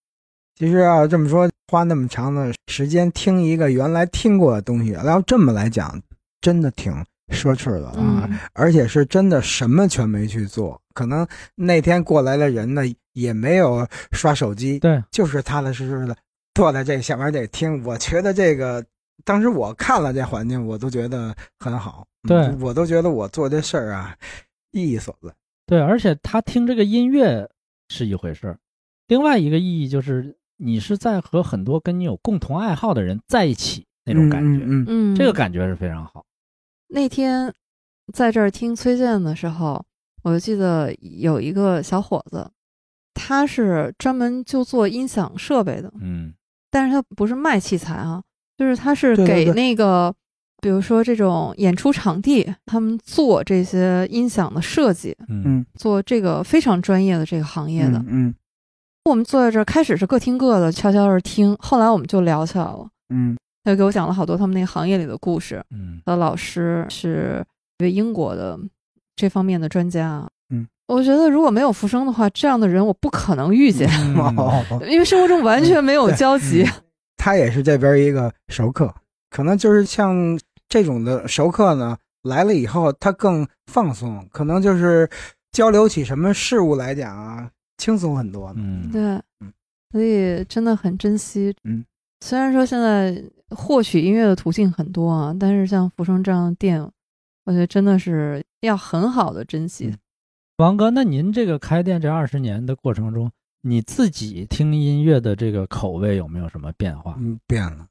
Speaker 2: 其实啊，这么说花那么长的时间听一个原来听过的东西，然后这么来讲，真的挺奢侈的啊，
Speaker 3: 嗯，
Speaker 2: 而且是真的什么全没去做。可能那天过来的人呢，也没有刷手机，
Speaker 4: 对，
Speaker 2: 就是踏踏实实的坐在这下面得听。我觉得这个，当时我看了这环境，我都觉得很好，嗯
Speaker 4: 对
Speaker 2: 我都觉得我做这事儿啊，意义所在。
Speaker 4: 对，而且他听这个音乐是一回事儿，另外一个意义就是你是在和很多跟你有共同爱好的人在一起那种感觉，
Speaker 2: 嗯嗯嗯
Speaker 3: 嗯，
Speaker 4: 这个感觉是非常好。
Speaker 3: 那天在这儿听崔健的时候，我就记得有一个小伙子，他是专门就做音响设备的，
Speaker 4: 嗯，
Speaker 3: 但是他不是卖器材啊，就是他是
Speaker 2: 对对
Speaker 3: 给
Speaker 2: 对
Speaker 3: 那个，比如说这种演出场地，他们做这些音响的设计，
Speaker 4: 嗯
Speaker 3: 做这个非常专业的这个行业的。
Speaker 2: 嗯
Speaker 3: 我们坐在这儿，开始是各听各的，悄悄地听，后来我们就聊起来了。
Speaker 2: 嗯
Speaker 3: 他就给我讲了好多他们那个行业里的故事。
Speaker 4: 嗯
Speaker 3: 他的呃老师是一位英国的这方面的专家。啊
Speaker 2: 嗯，
Speaker 3: 我觉得如果没有浮生的话，这样的人我不可能遇见，
Speaker 2: 嗯，哦。
Speaker 3: 因为生活中完全没有交集。
Speaker 2: 他也是这边一个熟客，可能就是像这种的熟客呢，来了以后他更放松，可能就是交流起什么事物来讲啊，轻松很多呢。
Speaker 4: 嗯，
Speaker 3: 对
Speaker 2: 嗯，
Speaker 3: 所以真的很珍惜。
Speaker 2: 嗯，
Speaker 3: 虽然说现在获取音乐的途径很多啊，但是像浮生这样的店，我觉得真的是要很好的珍惜。
Speaker 2: 嗯
Speaker 4: 王哥，那您这个开店这二十年的过程中，你自己听音乐的这个口味有没有什么变化？
Speaker 2: 嗯，变了，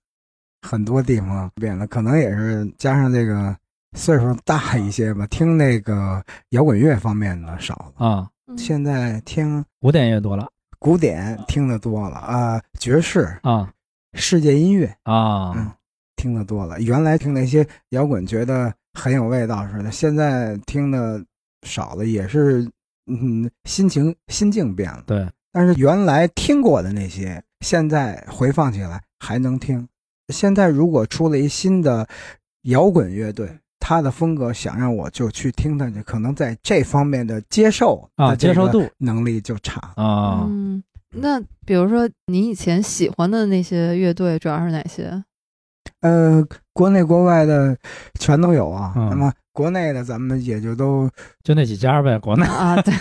Speaker 2: 很多地方变了，可能也是加上这个岁数大一些吧，听那个摇滚乐方面的少了，
Speaker 4: 啊，
Speaker 3: 嗯
Speaker 2: 现在听
Speaker 4: 古典乐多了
Speaker 2: 古典听的多了啊，爵士、
Speaker 4: 啊
Speaker 2: 世界音乐
Speaker 4: 啊，
Speaker 2: 嗯听得多了，原来听那些摇滚觉得很有味道似的，现在听的少了，也是嗯，心情心境变了。
Speaker 4: 对，
Speaker 2: 但是原来听过的那些，现在回放起来还能听。现在如果出了一新的摇滚乐队，
Speaker 4: 嗯
Speaker 2: 他的风格想让我就去听他去，可能在这方面的接受
Speaker 4: 啊，
Speaker 2: 的
Speaker 4: 接
Speaker 2: 这
Speaker 4: 受
Speaker 2: 个
Speaker 4: 度
Speaker 2: 能力就差了。
Speaker 4: 啊，
Speaker 3: 嗯，那比如说你以前喜欢的那些乐队，主要是哪些？
Speaker 2: 呃，国内国外的全都有啊。
Speaker 4: 嗯
Speaker 2: 那么国内的咱们也就都
Speaker 4: 就那几家呗，国内
Speaker 3: 啊，对，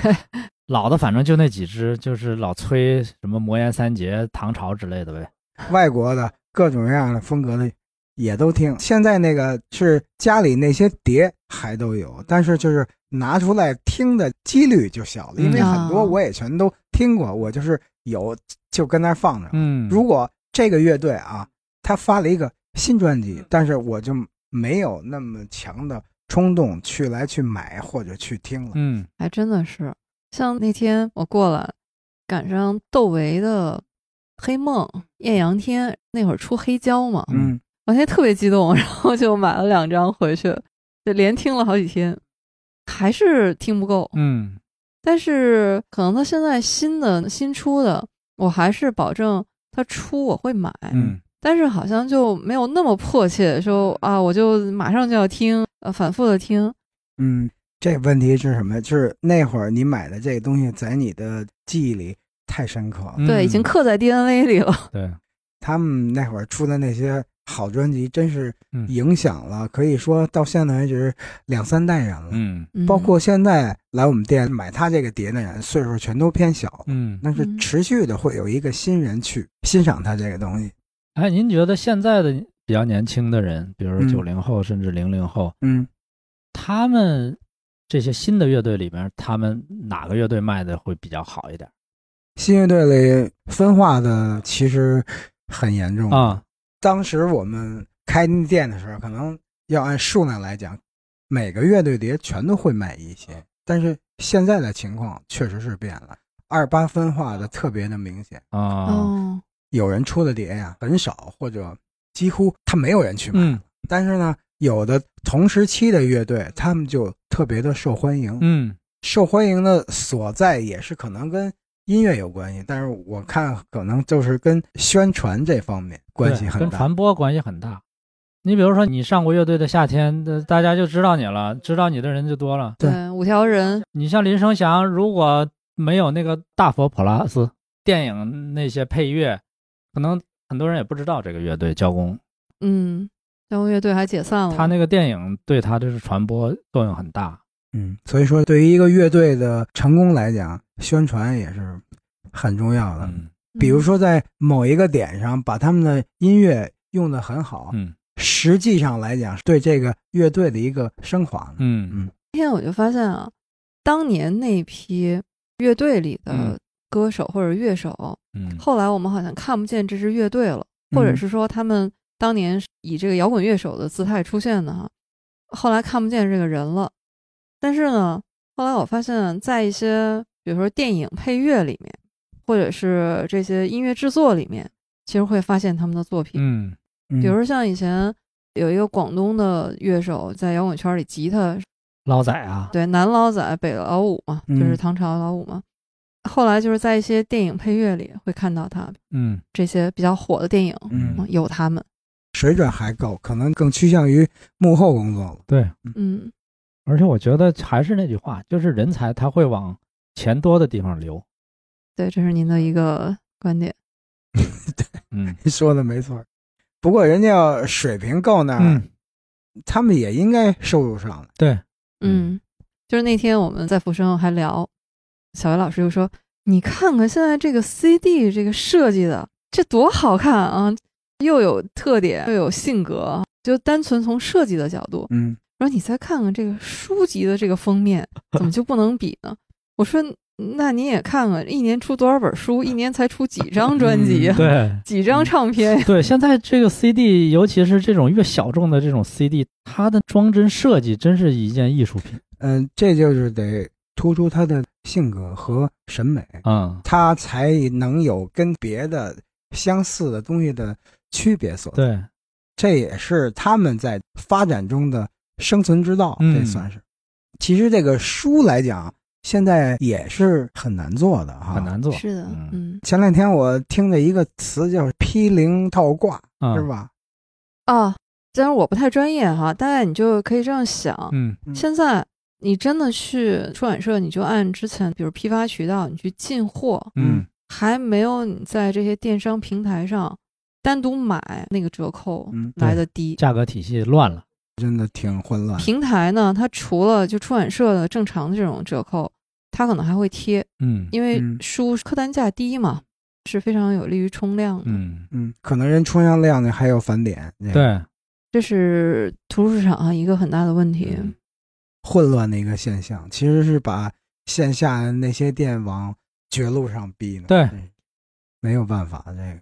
Speaker 4: 老的反正就那几支，就是老崔什么魔岩三杰、唐朝之类的呗。
Speaker 2: 外国的各种各样的风格的也都听。现在那个是家里那些碟还都有，但是就是拿出来听的几率就小了，因为
Speaker 4: 嗯
Speaker 2: 很多
Speaker 3: 啊
Speaker 2: 我也全都听过，我就是有就跟那儿放着。
Speaker 4: 嗯
Speaker 2: 如果这个乐队啊，他发了一个新专辑，但是我就没有那么强的冲动去来去买或者去听了。
Speaker 4: 嗯
Speaker 3: 还真的是。像那天我过来，赶上窦唯的《黑梦》《艳阳天》，那会儿出黑胶嘛，
Speaker 2: 嗯
Speaker 3: 我现在特别激动， 然后就买了两张回去，就连听了好几天，还是听不够。
Speaker 4: 嗯
Speaker 3: 但是可能他现在新的新出的，我还是保证他出我会买，
Speaker 4: 嗯
Speaker 3: 但是好像就没有那么迫切说啊，我就马上就要听，呃，反复的听。
Speaker 2: 嗯，这问题是什么？就是那会儿你买的这个东西，在你的记忆里太深刻了。
Speaker 4: 嗯，
Speaker 3: 对，已经刻在 DNA 里了。
Speaker 4: 对，
Speaker 2: 他们那会儿出的那些好专辑，真是
Speaker 4: 嗯
Speaker 2: 影响了，可以说到现在为止两三代人了。
Speaker 4: 嗯
Speaker 3: 嗯
Speaker 2: 包括现在来我们店买他这个碟的人，岁数全都偏小，
Speaker 4: 嗯。
Speaker 2: 但是
Speaker 3: 嗯
Speaker 2: 持续的会有一个新人去欣赏他这个东西。
Speaker 4: 哎，您觉得现在的比较年轻的人，比如
Speaker 2: 嗯
Speaker 4: 九零后甚至零零后，
Speaker 2: 嗯，
Speaker 4: 他们这些新的乐队里面，他们哪个乐队卖的会比较好一点
Speaker 2: 新乐队里分化的其实很严重。
Speaker 4: 啊？
Speaker 2: 当时我们开店的时候，可能要按数量来讲，每个乐队碟全都会卖一些。但是现在的情况确实是变了，二八分化的特别的明显，
Speaker 4: 啊，
Speaker 3: 哦，
Speaker 2: 有人出的碟呀很少，或者几乎他没有人去买。
Speaker 4: 嗯
Speaker 2: 但是呢，有的同时期的乐队，他们就特别的受欢迎。
Speaker 4: 嗯
Speaker 2: 受欢迎的所在也是可能跟音乐有关系，但是我看可能就是跟宣传这方面关系
Speaker 4: 对
Speaker 2: 很
Speaker 4: 跟
Speaker 2: 大。
Speaker 4: 传播关系很大。你比如说，你上过乐队的夏天，呃大家就知道你了，知道你的人就多了。
Speaker 2: 对
Speaker 3: 对，五条人，
Speaker 4: 你像林生祥，如果没有那个大佛普拉斯电影那些配乐，可能很多人也不知道这个乐队交工。
Speaker 3: 嗯，交响乐队还解
Speaker 2: 哦
Speaker 3: 散了。嗯
Speaker 4: 他那个电影对他就是传播作用很大。
Speaker 2: 嗯，所以说对于一个乐队的成功来讲，宣传也是很重要的。
Speaker 4: 嗯
Speaker 2: 比如说在某一个点上，把他们的音乐用得很好，
Speaker 4: 嗯
Speaker 2: 实际上来讲是对这个乐队的一个升华。
Speaker 4: 嗯
Speaker 3: 那天我就发现啊，当年那批乐队里的
Speaker 4: 嗯
Speaker 3: 歌手或者乐手，
Speaker 4: 嗯
Speaker 3: 后来我们好像看不见这支乐队了，或者是说他们当年是以这个摇滚乐手的姿态出现的哈，后来看不见这个人了。但是呢，后来我发现，在一些比如说电影配乐里面，或者是这些音乐制作里面，其实会发现他们的作品。
Speaker 4: 嗯
Speaker 2: 嗯，
Speaker 3: 比如说像以前有一个广东的乐手在摇滚圈里，吉他
Speaker 4: 捞仔啊，
Speaker 3: 对，南老仔北老五嘛，就是
Speaker 2: 嗯
Speaker 3: 唐朝老五嘛。后来就是在一些电影配乐里会看到他，
Speaker 4: 嗯
Speaker 3: 这些比较火的电影、
Speaker 2: 嗯
Speaker 4: 哦
Speaker 3: 嗯有他们。
Speaker 2: 水准还够，可能更趋向于幕后工作了。
Speaker 4: 对，
Speaker 3: 嗯，
Speaker 4: 而且我觉得还是那句话，就是人才他会往钱多的地方流。
Speaker 3: 对，这是您的一个观点。
Speaker 4: 嗯
Speaker 2: 说的没错，不过人家要水平够
Speaker 3: 啊
Speaker 2: 那儿，
Speaker 4: 嗯，
Speaker 2: 他们也应该收入上来。
Speaker 4: 对，
Speaker 3: 嗯，就是那天我们在福生还聊，小维老师就说：“你看看现在这个 CD 这个设计的，这多好看啊！又有特点，又有性格。啊就单纯从设计的角度，
Speaker 2: 嗯，
Speaker 3: 然后你再看看这个书籍的这个封面，怎么就不能比呢？我说，那你也看看，一年出多少本书，一年才出几张专辑呀、
Speaker 2: 嗯
Speaker 4: 对。
Speaker 3: 几张唱片呀、
Speaker 4: 对，现在这个 CD，尤其是这种越小众的这种 CD，它的装帧设计真是一件艺术品。
Speaker 2: 嗯，这就是得突出他的性格和审美，
Speaker 4: 嗯，
Speaker 2: 他才能有跟别的相似的东西的区别所在。
Speaker 4: 对，
Speaker 2: 这也是他们在发展中的生存之道，
Speaker 4: 嗯
Speaker 2: 这算是。其实这个书来讲，现在也是很难做的哈，
Speaker 4: 很。难做。
Speaker 3: 是的，
Speaker 4: 嗯
Speaker 3: 嗯
Speaker 2: 前两天我听的一个词叫“披零套挂”，
Speaker 4: 嗯
Speaker 2: 是？吧？
Speaker 3: 啊，虽然我不太专业哈，大概你就可以这样想：
Speaker 4: 嗯
Speaker 2: 嗯
Speaker 3: 现在你真的去出版社，你就按之前比如批发渠道你去进货，
Speaker 4: 嗯
Speaker 3: 还没有你在这些电商平台上单独买那个折扣
Speaker 2: 嗯，
Speaker 3: 来的低。
Speaker 4: 价格体系乱了。
Speaker 2: 真的挺混乱的。
Speaker 3: 平台呢，它除了就出版社的正常的这种折扣，它可能还会贴，
Speaker 4: 嗯
Speaker 3: 因为
Speaker 2: 嗯
Speaker 3: 书客单价低嘛，是非常有利于冲量的。
Speaker 4: 嗯，
Speaker 2: 嗯，可能人冲向量呢还有返点，那个
Speaker 4: 对，
Speaker 3: 这是图书市场上啊一个很大的问题。
Speaker 4: 嗯
Speaker 2: 混乱的一个现象，其实是把线下那些店往绝路上逼呢。
Speaker 4: 对
Speaker 2: 嗯，没有办法，这个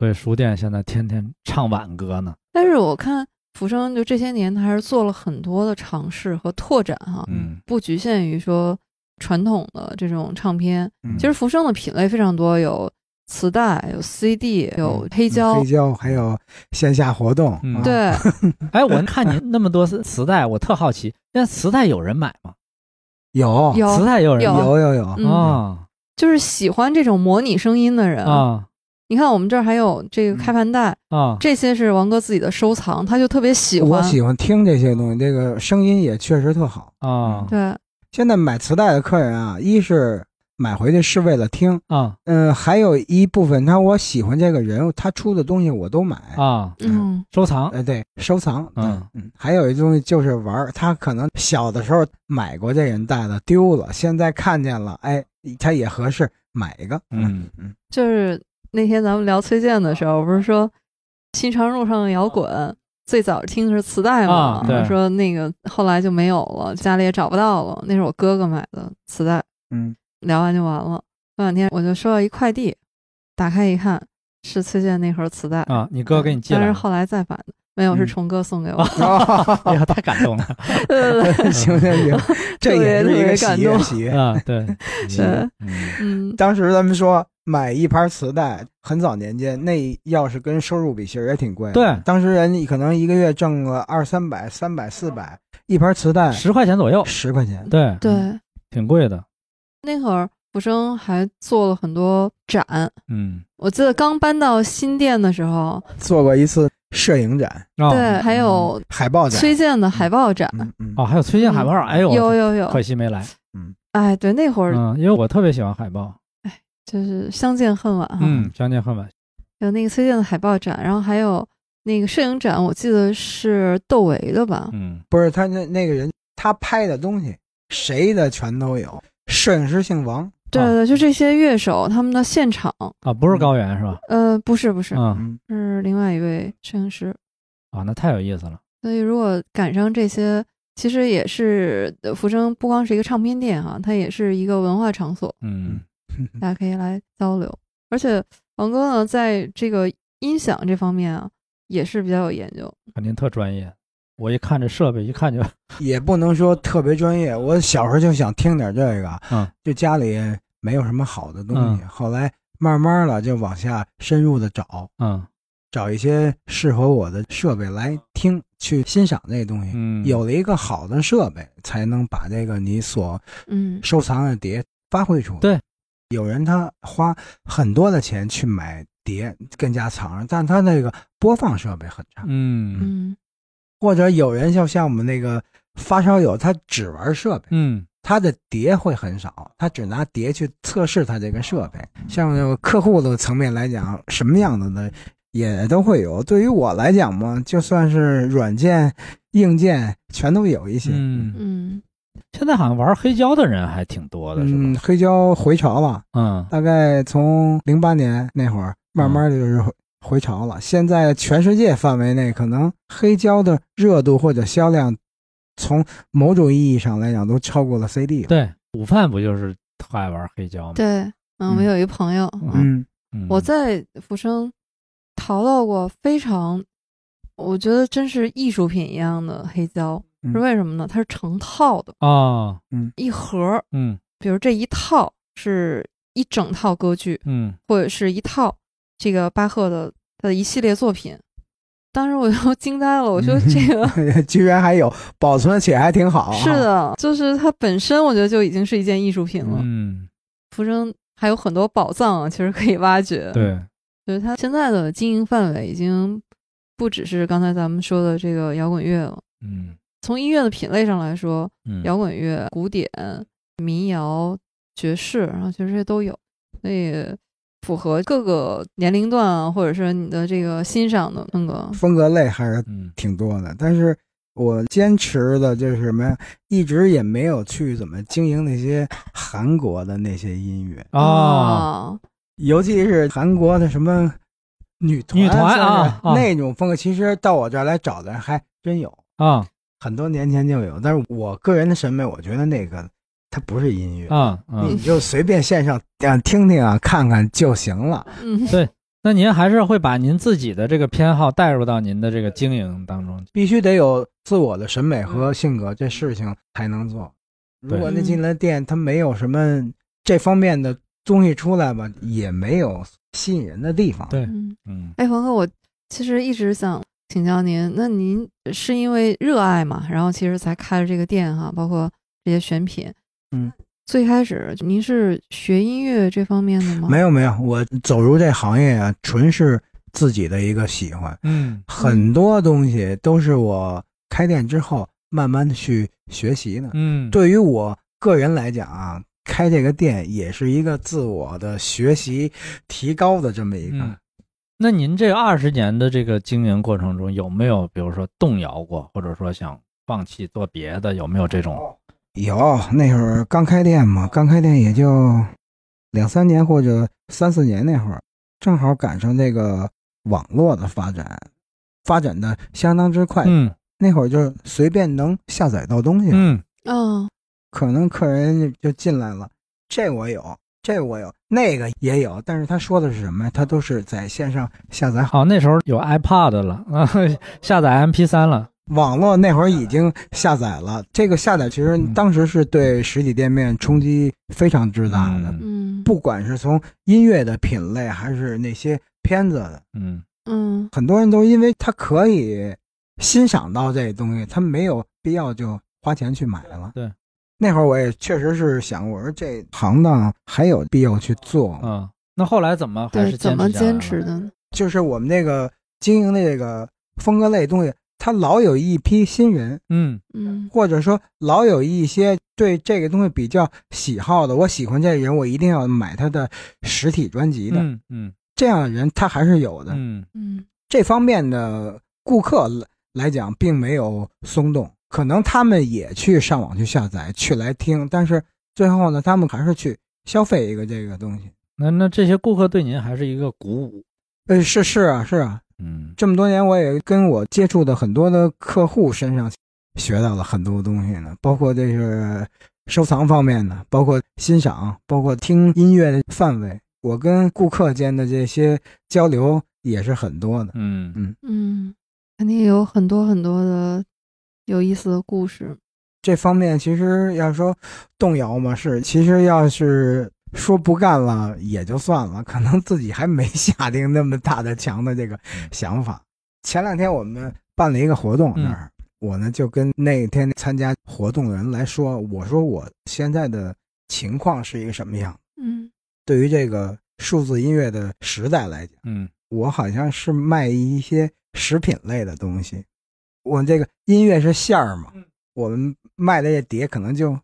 Speaker 4: 所以书店现在天天唱挽歌呢。
Speaker 3: 但是我看福生就这些年，他还是做了很多的尝试和拓展哈、
Speaker 4: 嗯
Speaker 3: 不局限于说传统的这种唱片。
Speaker 2: 嗯
Speaker 3: 其实福生的品类非常多，有磁带，有 CD，有黑胶。
Speaker 2: 黑胶还嗯有线下活动，
Speaker 4: 嗯
Speaker 2: 啊
Speaker 3: 对，
Speaker 4: 哎，我看您那么多磁磁带，我特好奇，那磁带有人买吗？
Speaker 2: 有
Speaker 3: 有
Speaker 4: 磁带也有人
Speaker 3: 有
Speaker 4: 买
Speaker 2: 有有有
Speaker 3: 嗯
Speaker 4: 啊
Speaker 3: 就是喜欢这种模拟声音的人
Speaker 4: 啊
Speaker 3: 你看我们这儿还有
Speaker 4: 嗯
Speaker 3: 这个开盘带，
Speaker 4: 啊！
Speaker 3: 这些是王哥自己的收藏，他就特别喜
Speaker 2: 我
Speaker 3: 欢。
Speaker 2: 喜欢听这些东西，这个声音也确实特好。
Speaker 4: 啊
Speaker 3: 对，
Speaker 2: 现在买磁带的客人啊，一是买回去是为了听，
Speaker 4: 啊
Speaker 2: 嗯，还有一部分他我喜欢这个人，他出的东西我都买。
Speaker 4: 啊！
Speaker 3: 嗯，
Speaker 4: 收藏，
Speaker 2: 呃，对，收藏，
Speaker 4: 嗯
Speaker 2: 嗯，还有一东西就是玩儿，他可能小的时候买过这人带的丢了，现在看见了，哎，他也合适，买一个，
Speaker 4: 嗯
Speaker 2: 嗯
Speaker 3: 就是那天咱们聊崔健的时候，我不是说新长路上的摇滚最早听的是磁带嘛
Speaker 4: 啊，对
Speaker 3: 说那个后来就没有了，家里也找不到了，那是我哥哥买的磁带。
Speaker 2: 嗯，
Speaker 3: 聊完就完了。过两天我就收到一快递，打开一看是崔健那盒磁带，
Speaker 4: 啊！你哥给你寄
Speaker 3: 但是
Speaker 4: 来，
Speaker 3: 后来再版的，没有是
Speaker 2: 嗯
Speaker 3: 虫哥送 给我的。
Speaker 4: 哎呀，太感动 了。
Speaker 3: 对对 对，
Speaker 2: 行行 行，这也是一个
Speaker 3: 特别特
Speaker 2: 喜
Speaker 3: 别感
Speaker 2: 悦
Speaker 3: 动
Speaker 2: 喜悦。
Speaker 4: 啊， 对，
Speaker 3: 是
Speaker 4: 嗯
Speaker 3: 嗯，
Speaker 2: 当时咱们说买一盘磁带，很早年间那要是跟收入比，其实也挺贵。
Speaker 4: 对
Speaker 2: 当时人可能一个月挣个二三百、三百、四百，一盘磁带
Speaker 4: 十块钱左右，
Speaker 2: 十块钱，
Speaker 4: 对，
Speaker 3: 对，
Speaker 4: 挺贵的。
Speaker 3: 那会儿福生还做了很多展，
Speaker 4: 嗯，
Speaker 3: 我记得刚搬到新店的时候，
Speaker 5: 做过一次摄影展，
Speaker 4: 哦
Speaker 3: 对，还有
Speaker 2: 海报展，
Speaker 3: 崔健的海报展，
Speaker 5: 嗯嗯
Speaker 4: 哦，还有崔健海报，
Speaker 3: 嗯
Speaker 4: 哎呦，
Speaker 3: 有有
Speaker 4: 可
Speaker 3: 有，
Speaker 4: 惜没来。
Speaker 3: 哎，对，那会儿
Speaker 4: 嗯，因为我特别喜欢海报。
Speaker 3: 就是相见恨晚哈，
Speaker 4: 嗯，相见恨晚。
Speaker 3: 有那个崔健的海报展，然后还有那个摄影展，我记得是窦唯的吧？
Speaker 4: 嗯，
Speaker 2: 不是他那那个人，他拍的东西，谁的全都有。摄影师姓王，
Speaker 3: 对
Speaker 4: 哦
Speaker 3: 对，就这些乐手他们的现场，
Speaker 4: 啊，不是高原是吧？
Speaker 3: 呃，不是不是，
Speaker 4: 嗯，
Speaker 2: 嗯，
Speaker 3: 是另外一位摄影师。
Speaker 4: 啊，那太有意思了。
Speaker 3: 所以如果赶上这些，其实也是呃福生不光是一个唱片店哈、它也是一个文化场所，
Speaker 4: 嗯
Speaker 3: 大家可以来交流。而且王哥呢，在这个音响这方面啊，也是比较有研究。
Speaker 4: 肯定特专业。我一看这设备，一看 就
Speaker 2: 也不能说特别专业。我小时候就想听点这个，
Speaker 4: 嗯，
Speaker 2: 就家里没有什么好的东西，后来慢慢了就往下深入的找，
Speaker 4: 嗯
Speaker 2: 找一些适合我的设备来听，去欣赏这东西。
Speaker 4: 嗯
Speaker 2: 有了一个好的设备，才能把这个你所
Speaker 3: 嗯，
Speaker 2: 收藏的碟发挥出来。
Speaker 4: 对，
Speaker 2: 有人他花很多的钱去买碟跟家藏着，但他那个播放设备很差，
Speaker 4: 嗯
Speaker 3: 嗯，
Speaker 2: 或者有人就像我们那个发烧友，他只玩设备，
Speaker 4: 嗯
Speaker 2: 他的碟会很少，他只拿碟去测试他这个设备。
Speaker 4: 哦
Speaker 2: 像这个客户的层面来讲，什么样子的也都会有。对于我来讲嘛，就算是软件、硬件全都有一些。
Speaker 4: 嗯。
Speaker 3: 嗯，
Speaker 4: 现在好像玩黑胶的人还挺多的，是
Speaker 2: 嗯，
Speaker 4: 吧？
Speaker 2: 黑胶回潮了，
Speaker 4: 嗯
Speaker 2: 大概从零八年那会儿，慢慢的就是回回潮了。现在全世界范围内，可能黑胶的热度或者销量，从某种意义上来讲，都超过了 CD 了。
Speaker 4: 对，午饭不就是特爱玩黑胶吗？
Speaker 3: 对，嗯，
Speaker 2: 嗯
Speaker 3: 我有一朋友，
Speaker 2: 嗯，
Speaker 4: 嗯，
Speaker 3: 我在福生淘到过非常，我觉得真是艺术品一样的黑胶，
Speaker 2: 嗯
Speaker 3: 是为什么呢？它是成套的，
Speaker 4: 啊，
Speaker 3: 一盒儿，
Speaker 4: 嗯
Speaker 3: 比如这一套是一整套歌剧，
Speaker 4: 嗯
Speaker 3: 或者是一套这个巴赫的他的一系列作品。当时我就 惊呆了，我说这
Speaker 4: 嗯
Speaker 3: 个
Speaker 2: 居然还有保存且还挺好啊。
Speaker 3: 是的，就是它本身我觉得就已经是一件艺术品了。
Speaker 4: 哦嗯，
Speaker 3: 福生还有很多宝藏啊，其实可以挖掘。
Speaker 4: 对，
Speaker 3: 就是它现在的经营范围已经不只是刚才咱们说的这个摇滚乐了。
Speaker 4: 嗯
Speaker 3: 从音乐的品类上来说，
Speaker 4: 嗯，
Speaker 3: 摇滚乐、古典、民谣、爵士，然后其实这些都有，所以符合各个年龄段啊，或者是你的这个欣赏的风格。
Speaker 2: 风格类还是
Speaker 4: 嗯
Speaker 2: 挺多的，但是我坚持的就是什么呀，一直也没有去怎么经营那些韩国的那些音乐，
Speaker 3: 哦
Speaker 4: 啊，
Speaker 2: 尤其是韩国的什么女团
Speaker 4: 女团啊
Speaker 2: 算是
Speaker 4: 啊
Speaker 2: 那种风格，其实到我这儿来找的人还真有，
Speaker 4: 啊
Speaker 2: 很多年前就有。但是我个人的审美，我觉得那个它不是音乐，
Speaker 4: 啊啊！
Speaker 3: 嗯
Speaker 2: 你就随便线上啊听听啊看看就行了。
Speaker 3: 嗯，
Speaker 4: 对那您还是会把您自己的这个偏好带入到您的这个经营当中。
Speaker 2: 必须得有自我的审美和性格，这事情才能做。
Speaker 4: 对
Speaker 2: 如果那进来店他没有什么这方面的东西出来吧，也没有吸引人的地方。
Speaker 4: 对
Speaker 3: 嗯，
Speaker 4: 嗯
Speaker 3: 哎，黄哥，我其实一直想请教您，那您是因为热爱嘛，然后其实才开了这个店哈，包括这些选品。
Speaker 2: 嗯，
Speaker 3: 最开始您是学音乐这方面
Speaker 4: 嗯
Speaker 3: 的吗？
Speaker 2: 没有没有，我走入这行业啊，纯是自己的一个喜欢，
Speaker 4: 嗯
Speaker 2: 很多东西都是我开店之后慢慢的去学习的。
Speaker 4: 嗯，
Speaker 2: 对于我个人来讲啊，开这个店也是一个自我的学习提高的这么一个。
Speaker 4: 嗯那您这二十年的这个经营过程中，有没有比如说动摇过，或者说想放弃做别的？有没有这种？
Speaker 2: 有那会儿刚开店嘛，刚开店也就两三年或者三四年那会儿，正好赶上这个网络的发展，发展的相当之快。
Speaker 4: 嗯
Speaker 2: 那会儿就随便能下载到东西，
Speaker 4: 嗯
Speaker 3: 嗯
Speaker 2: 可能客人就进来了，这我有，这我有，那个也有，但是他说的是什么呀？他都是在线上下载好，
Speaker 4: 好，那时候有 iPad 了 啊，下载 MP3 了。
Speaker 2: 网络那会儿已经下载了。这个下载其实
Speaker 4: 嗯
Speaker 2: 当时是对实体店面冲击非常之大的。
Speaker 4: 嗯
Speaker 3: 嗯
Speaker 2: 不管是从音乐的品类，还是那些片子的，
Speaker 4: 嗯
Speaker 3: 嗯
Speaker 2: 很多人都因为他可以欣赏到这东西，他没有必要就花钱去买了。
Speaker 4: 对，
Speaker 2: 那会儿我也确实是想，我说这行当还有必要去做，
Speaker 4: 嗯，那后来怎么还
Speaker 3: 对，
Speaker 4: 是
Speaker 3: 怎么
Speaker 4: 下来
Speaker 3: 坚
Speaker 4: 了
Speaker 3: 持？的呢？
Speaker 2: 就是我们这个经营的这个风格类东西，它老有一批新人，
Speaker 4: 嗯
Speaker 3: 嗯
Speaker 2: 或者说老有一些对这个东西比较喜好的，我喜欢这个人，我一定要买他的实体专辑的，
Speaker 4: 嗯嗯
Speaker 2: 这样的人他还是有的。
Speaker 4: 嗯
Speaker 3: 嗯
Speaker 2: 这方面的顾客来来讲，并没有松动，可能他们也去上网去下载去来听，但是最后呢，他们还是去消费一个这个东西。
Speaker 4: 那那这些顾客对您还是一个鼓舞。
Speaker 2: 呃，是是啊是啊，
Speaker 4: 嗯
Speaker 2: 这么多年我也跟我接触的很多的客户身上学到了很多东西呢，包括这是收藏方面的，包括欣赏，包括听音乐的范围。我跟顾客间的这些交流也是很多的。
Speaker 4: 嗯
Speaker 2: 嗯
Speaker 3: 嗯，肯定有很多很多的有意思的故事。
Speaker 2: 这方面其实要说动摇嘛，是其实要是说不干了也就算了，可能自己还没下定那么大的强的这个想法。前两天我们办了一个活动那儿，我呢就跟那天参加活动的人来说，我说我现在的情况是一个什么样？
Speaker 3: 嗯
Speaker 2: 对于这个数字音乐的时代来讲，
Speaker 4: 嗯
Speaker 2: 我好像是卖一些食品类的东西。我这个音乐是馅儿嘛，我们卖的这碟可能就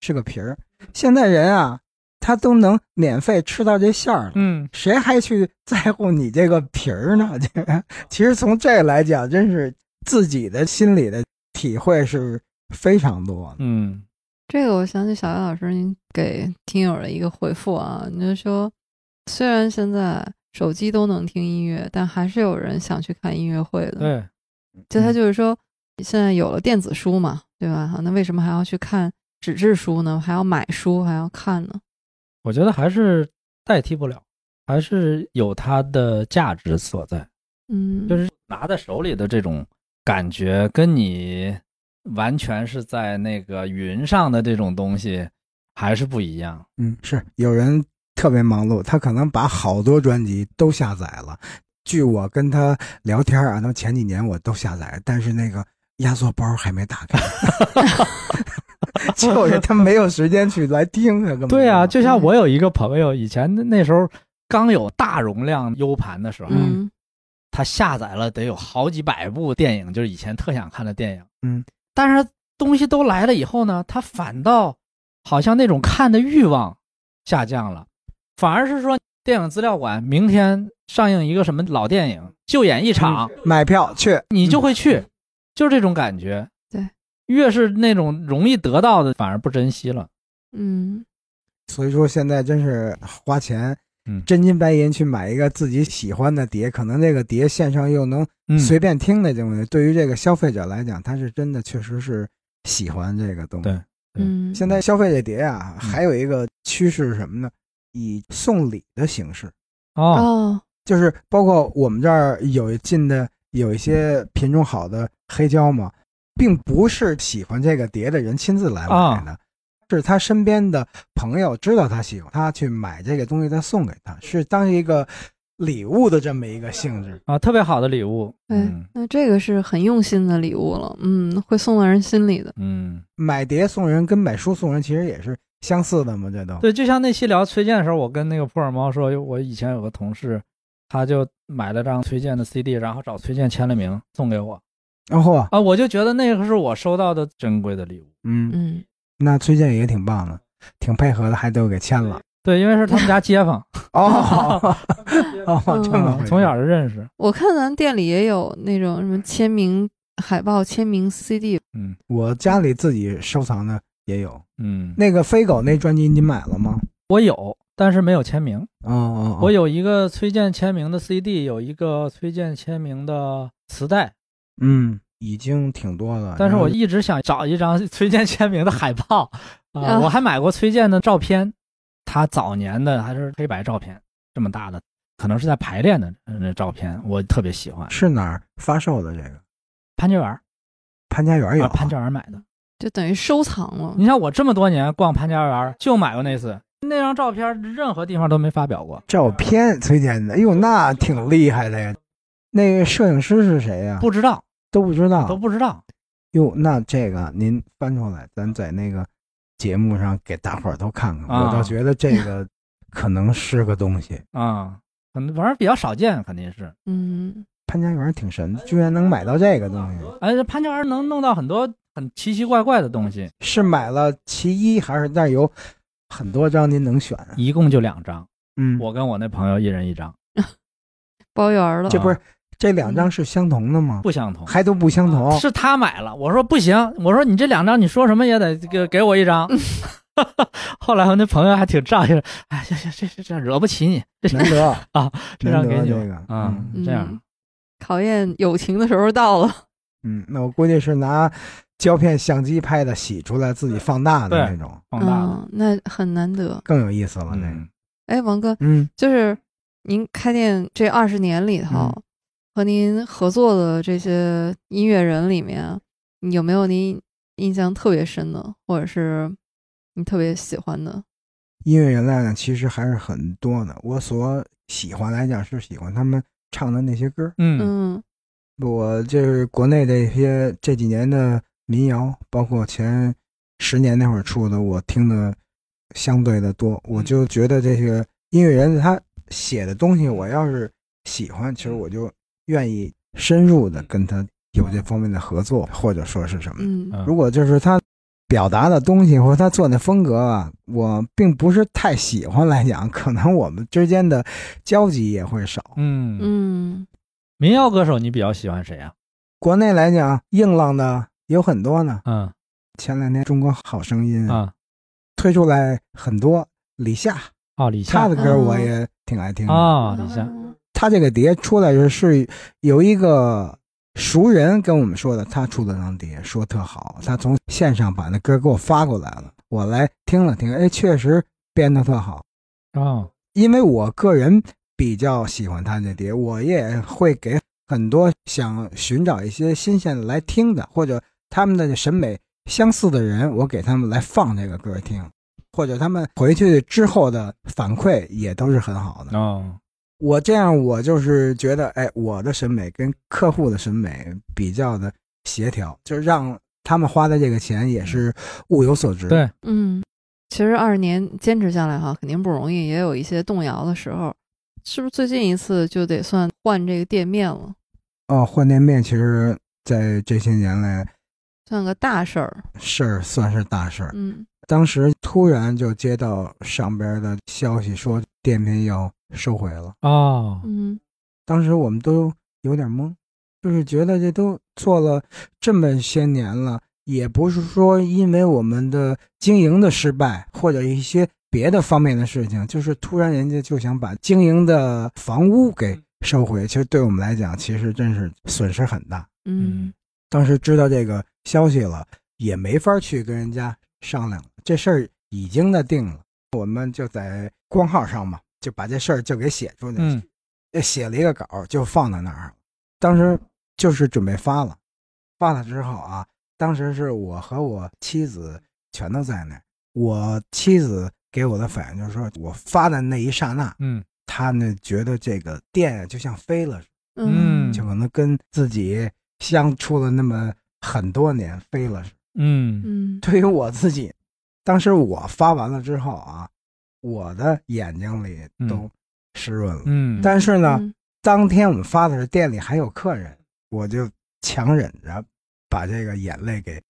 Speaker 2: 是个皮儿。现在人啊，他都能免费吃到这馅儿了，
Speaker 4: 嗯，
Speaker 2: 谁还去在乎你这个皮儿呢？ 这个其实从这来讲，真是自己的心里的体会是非常多的。
Speaker 4: 嗯
Speaker 3: 这个我想起小杨老师您给听友的一个回复啊，你就说，虽然现在手机都能听音乐，但还是有人想去看音乐会的。
Speaker 4: 对，嗯
Speaker 3: 就他就是说，现在有了电子书嘛，对吧？那为什么还要去看纸质书呢？还要买书，还要看呢？
Speaker 4: 我觉得还是代替不了，还是有它的价值所在。
Speaker 3: 嗯，
Speaker 4: 就是拿在手里的这种感觉，跟你完全是在那个云上的这种东西还是不一样。
Speaker 2: 嗯，是有人特别忙碌，他可能把好多专辑都下载了。据我跟他聊天啊，他前几年我都下载，但是那个压缩包还没 打开，就是他没有时间去来听啊。根本
Speaker 4: 对啊，就像
Speaker 3: 嗯
Speaker 4: 我有一个朋友，以前那时候刚有大容量 U 盘的时候，
Speaker 3: 嗯
Speaker 4: 他下载了得有好几百部电影，就是以前特想看的电影。
Speaker 2: 嗯，
Speaker 4: 但是东西都来了以后呢，他反倒好像那种看的欲望下降了，反而是说电影资料馆明天上映一个什么老电影，就演一场，
Speaker 2: 买票去，
Speaker 4: 你就会去，就是这种感觉。
Speaker 3: 对，
Speaker 4: 越是那种容易得到的，反而不珍惜了。
Speaker 3: 嗯，
Speaker 2: 所以说现在真是花钱
Speaker 4: 嗯，
Speaker 2: 真金白银去买一个自己喜欢的碟，可能这个碟线上又能
Speaker 4: 嗯
Speaker 2: 随便听的这种，对于这个消费者来讲，他是真的确实是喜欢这个东西
Speaker 4: 对。对
Speaker 3: 嗯，
Speaker 2: 现在消费这碟啊，还有一个趋势是什么呢？以送礼的形式，
Speaker 4: 哦，
Speaker 3: 哦，
Speaker 2: 就是包括我们这儿有进的有一些品种好的黑胶嘛，并不是喜欢这个碟的人亲自来买的，是他身边的朋友知道他喜欢，他去买这个东西，再送给他，是当一个礼物的这么一个性质。
Speaker 4: 啊，特别好的礼物。
Speaker 3: 对
Speaker 4: 嗯，
Speaker 3: 那这个是很用心的礼物了，嗯，会送到人心里的。
Speaker 4: 嗯，
Speaker 2: 买碟送人跟买书送人其实也是相似的嘛，这都。
Speaker 4: 对，就像那期聊崔健的时候，我跟那个普洱猫说，我以前有个同事，他就买了张崔健的 CD，然后找崔健签了名送给我
Speaker 2: 然后啊，
Speaker 4: 啊，我就觉得那个是我收到的珍贵的礼物。
Speaker 2: 嗯，
Speaker 3: 嗯，
Speaker 2: 那崔健也挺棒的，挺配合的，还都给签了。
Speaker 4: 对，因为是他们家街 坊，啊
Speaker 2: 哦， 哦，
Speaker 4: 嗯
Speaker 2: 这么回事
Speaker 4: 从小就认识。
Speaker 3: 我看咱店里也有那种什么签名海报、签名 CD，
Speaker 4: 嗯
Speaker 2: 我家里自己收藏的也有。
Speaker 4: 嗯，
Speaker 2: 那个飞狗那专辑你买了吗？
Speaker 4: 我有，但是没有签名。
Speaker 2: 哦哦，
Speaker 4: 我
Speaker 2: 有，
Speaker 4: 有一个崔健签名的 CD，有一个崔健签名的磁带，
Speaker 2: 嗯，已经挺多了。
Speaker 4: 但是我
Speaker 2: 然后
Speaker 4: 一直想找一张 崔健签名的海报啊、
Speaker 3: 啊
Speaker 4: 我还买过崔健的照片，他早年的还是黑白照片，这么大的，可能是在排练的呃那照片，我特别喜欢。
Speaker 2: 是哪儿发售的这个？
Speaker 4: 潘家园儿
Speaker 2: 潘家园有
Speaker 4: 啊，
Speaker 2: 啊
Speaker 4: 潘家园儿买的。
Speaker 3: 就等于收藏了。
Speaker 4: 你像我这么多年逛潘家园儿，就买过那次，那张照片任何地方都没发表过，
Speaker 2: 照片崔健的，哎呦，那挺厉害的呀。那个摄影师是谁呀？
Speaker 4: 不知道
Speaker 2: 都不知
Speaker 4: 都
Speaker 2: 道。
Speaker 4: 不知道。
Speaker 2: 哟，那这个您翻出来，咱在那个节目上给大伙儿都看看。
Speaker 4: 啊
Speaker 2: 我倒觉得这个可能是个东西。
Speaker 4: 啊，可能反正比较少见，肯定是。
Speaker 3: 嗯，
Speaker 2: 潘家园挺神的，居然能买到这个东西，
Speaker 4: 哎，这潘家园能弄到很多很奇奇怪怪的东西，
Speaker 2: 是买了其一还是那儿有很多张您能选啊？
Speaker 4: 一共就两张，
Speaker 2: 嗯，
Speaker 4: 我跟我那朋友一人一张，
Speaker 3: 包圆儿了
Speaker 2: 这，不是这两张是相同的吗？
Speaker 4: 啊不相同。
Speaker 2: 还都不相同。
Speaker 4: 是他买了，我说不行，我说你这两张你说什么也得给给我一张。 后来我那朋友还挺仗义，哎，这这这这惹不起你，这
Speaker 2: 难得
Speaker 4: 啊，这
Speaker 2: 难
Speaker 4: 张
Speaker 2: 得
Speaker 4: 给你
Speaker 2: 这个
Speaker 4: 吧啊
Speaker 2: 嗯，
Speaker 4: 这样
Speaker 3: 嗯考验友情的时候到了。
Speaker 2: 嗯，那我估计是拿胶片相机拍的，洗出来自己放大的那
Speaker 4: 对
Speaker 2: 种，
Speaker 4: 放大了。
Speaker 3: 嗯，那很难得。
Speaker 2: 更有意思了。那个
Speaker 4: 嗯，
Speaker 3: 哎，王哥，
Speaker 2: 嗯，
Speaker 3: 就是您开店这二十年里头，
Speaker 2: 嗯
Speaker 3: 和您合作的这些音乐人里面，有没有您印象特别深的，或者是你特别喜欢的？
Speaker 2: 音乐人来讲，其实还是很多的。我所喜欢来讲是喜欢他们唱的那些歌，
Speaker 4: 嗯
Speaker 3: 嗯
Speaker 2: 我就是国内这些这几年的民谣，包括前十年那会儿出的，我听的相对的多。我就觉得这个音乐人他写的东西，我要是喜欢，其实我就愿意深入的跟他有这方面的合作，或者说是什么。
Speaker 3: 嗯
Speaker 4: 嗯
Speaker 2: 如果就是他表达的东西或者他做的风格啊，我并不是太喜欢来讲，可能我们之间的交集也会少。
Speaker 4: 嗯嗯，
Speaker 3: 嗯
Speaker 4: 民谣歌手你比较喜欢谁啊？
Speaker 2: 国内来讲，硬朗的有很多呢。
Speaker 4: 嗯
Speaker 2: 前两天《中国好声音》
Speaker 4: 啊，
Speaker 2: 推出来很多，李夏
Speaker 4: 哦，李
Speaker 2: 他
Speaker 4: 夏
Speaker 2: 的歌我也挺爱听的。
Speaker 4: 啊，李夏，
Speaker 2: 他这个碟出来是是有一个熟人跟我们说的，他出了张碟，说特好，他从线上把那歌给我发过来了，我来听了听，哎，确实编的特好。
Speaker 4: 哦，
Speaker 2: 因为我个人比较喜欢他这碟，我也会给很多想寻找一些新鲜的来听的，或者他们的审美相似的人，我给他们来放这个歌听，或者他们回去之后的反馈也都是很好的。
Speaker 4: 哦，
Speaker 2: 我这样，我就是觉得，哎，我的审美跟客户的审美比较的协调，就是让他们花的这个钱也是物有所值。
Speaker 4: 对，
Speaker 3: 嗯，其实二十年坚持下来哈，肯定不容易，也有一些动摇的时候。是不是最近一次就得算换这个店面了，
Speaker 2: 哦，换店面其实在这些年来
Speaker 3: 算个大事儿？
Speaker 2: 事儿算是大事儿。
Speaker 3: 嗯
Speaker 2: 当时突然就接到上边的消息说店面要收回了，
Speaker 4: 哦，
Speaker 3: 嗯
Speaker 2: 当时我们都有点懵，就是觉得这都做了这么些年了，也不是说因为我们的经营的失败或者一些别的方面的事情，就是突然人家就想把经营的房屋给收回，其实对我们来讲，其实真是损失很大。
Speaker 3: 嗯
Speaker 2: 当时知道这个消息了，也没法去跟人家商量，这事儿已经的定了，我们就在光号上嘛，就把这事儿就给写出去，呃
Speaker 4: 嗯
Speaker 2: 写了一个稿儿就放在那儿了。当时就是准备发了，发了之后啊，当时是我和我妻子全都在那儿，我妻子给我的反应就是说我发的那一刹那，
Speaker 4: 嗯
Speaker 2: 她呢觉得这个店就像飞了似的。
Speaker 4: 嗯
Speaker 2: 就可能跟自己相处了那么很多年，飞了。
Speaker 4: 嗯
Speaker 3: 嗯
Speaker 2: 对于我自己，当时我发完了之后啊，我的眼睛里都
Speaker 4: 嗯
Speaker 2: 湿润了。
Speaker 4: 嗯，
Speaker 2: 但是呢，
Speaker 3: 嗯
Speaker 2: 当天我们发的时候，店里还有客人，我就强忍着把这个眼泪给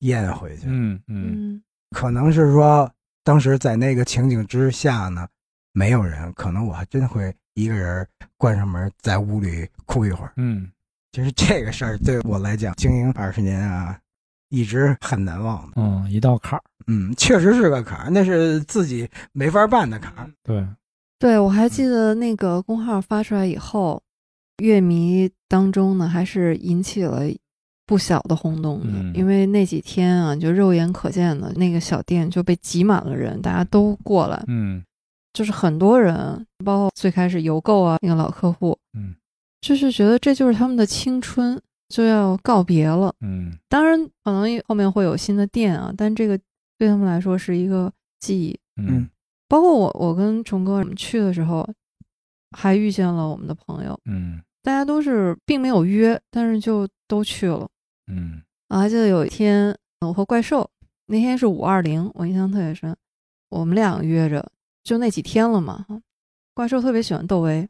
Speaker 2: 咽回去。
Speaker 4: 嗯嗯
Speaker 3: 嗯
Speaker 2: 可能是说，当时在那个情景之下呢，没有人，可能我还真会一个人关上门，在屋里哭一会儿。
Speaker 4: 嗯
Speaker 2: 其实这个事儿对我来讲，经营二十年啊，一直很难忘的。
Speaker 4: 嗯，一道坎儿，
Speaker 2: 嗯，确实是个坎儿，那是自己没法办的坎儿。
Speaker 4: 对，
Speaker 3: 对，我还记得那个公号发出来以后，乐迷当中呢还是引起了不小的轰动的，
Speaker 4: 嗯
Speaker 3: 因为那几天啊，就肉眼可见的那个小店就被挤满了人，大家都过来，
Speaker 4: 嗯
Speaker 3: 就是很多人，包括最开始邮购啊那个老客户，
Speaker 4: 嗯
Speaker 3: 就是觉得这就是他们的青春就要告别了。
Speaker 4: 嗯
Speaker 3: 当然，可能后面会有新的店啊，但这个对他们来说是一个记忆。
Speaker 4: 嗯
Speaker 3: 包括我，我跟虫哥我们去的时候，还遇见了我们的朋友，
Speaker 4: 嗯
Speaker 3: 大家都是并没有约，但是就都去了。
Speaker 4: 嗯
Speaker 3: 呃我还记得有一天，我和怪兽那天是五二零，我印象特别深。我们俩约着，就那几天了嘛。怪兽特别喜欢窦唯，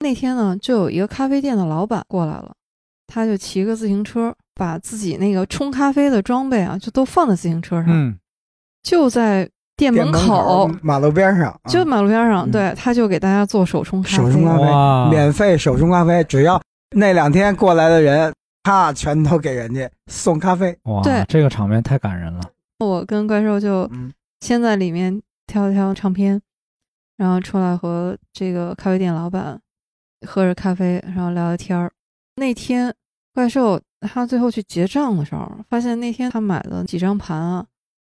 Speaker 3: 那天呢，就有一个咖啡店的老板过来了，他就骑个自行车，把自己那个冲咖啡的装备啊，就都放在自行车上，
Speaker 4: 嗯，
Speaker 3: 就在店
Speaker 2: 店
Speaker 3: 门
Speaker 2: 门
Speaker 3: 口，
Speaker 2: 马路边上，啊
Speaker 3: 就马路边上，
Speaker 2: 嗯
Speaker 3: 对，他就给大家做手冲咖啡。
Speaker 2: 手冲咖
Speaker 4: 哇
Speaker 2: 啡，免费手冲咖啡，只要那两天过来的人，他全都给人家送咖啡。
Speaker 4: 哇，
Speaker 3: 对
Speaker 4: 这个场面太感人了。
Speaker 3: 我跟怪兽就
Speaker 2: 嗯，
Speaker 3: 先在里面挑一挑唱片，然后出来和这个咖啡店老板喝着咖啡，然后聊聊天儿。那天怪兽他最后去结账的时候，发现那天他买了几张盘啊，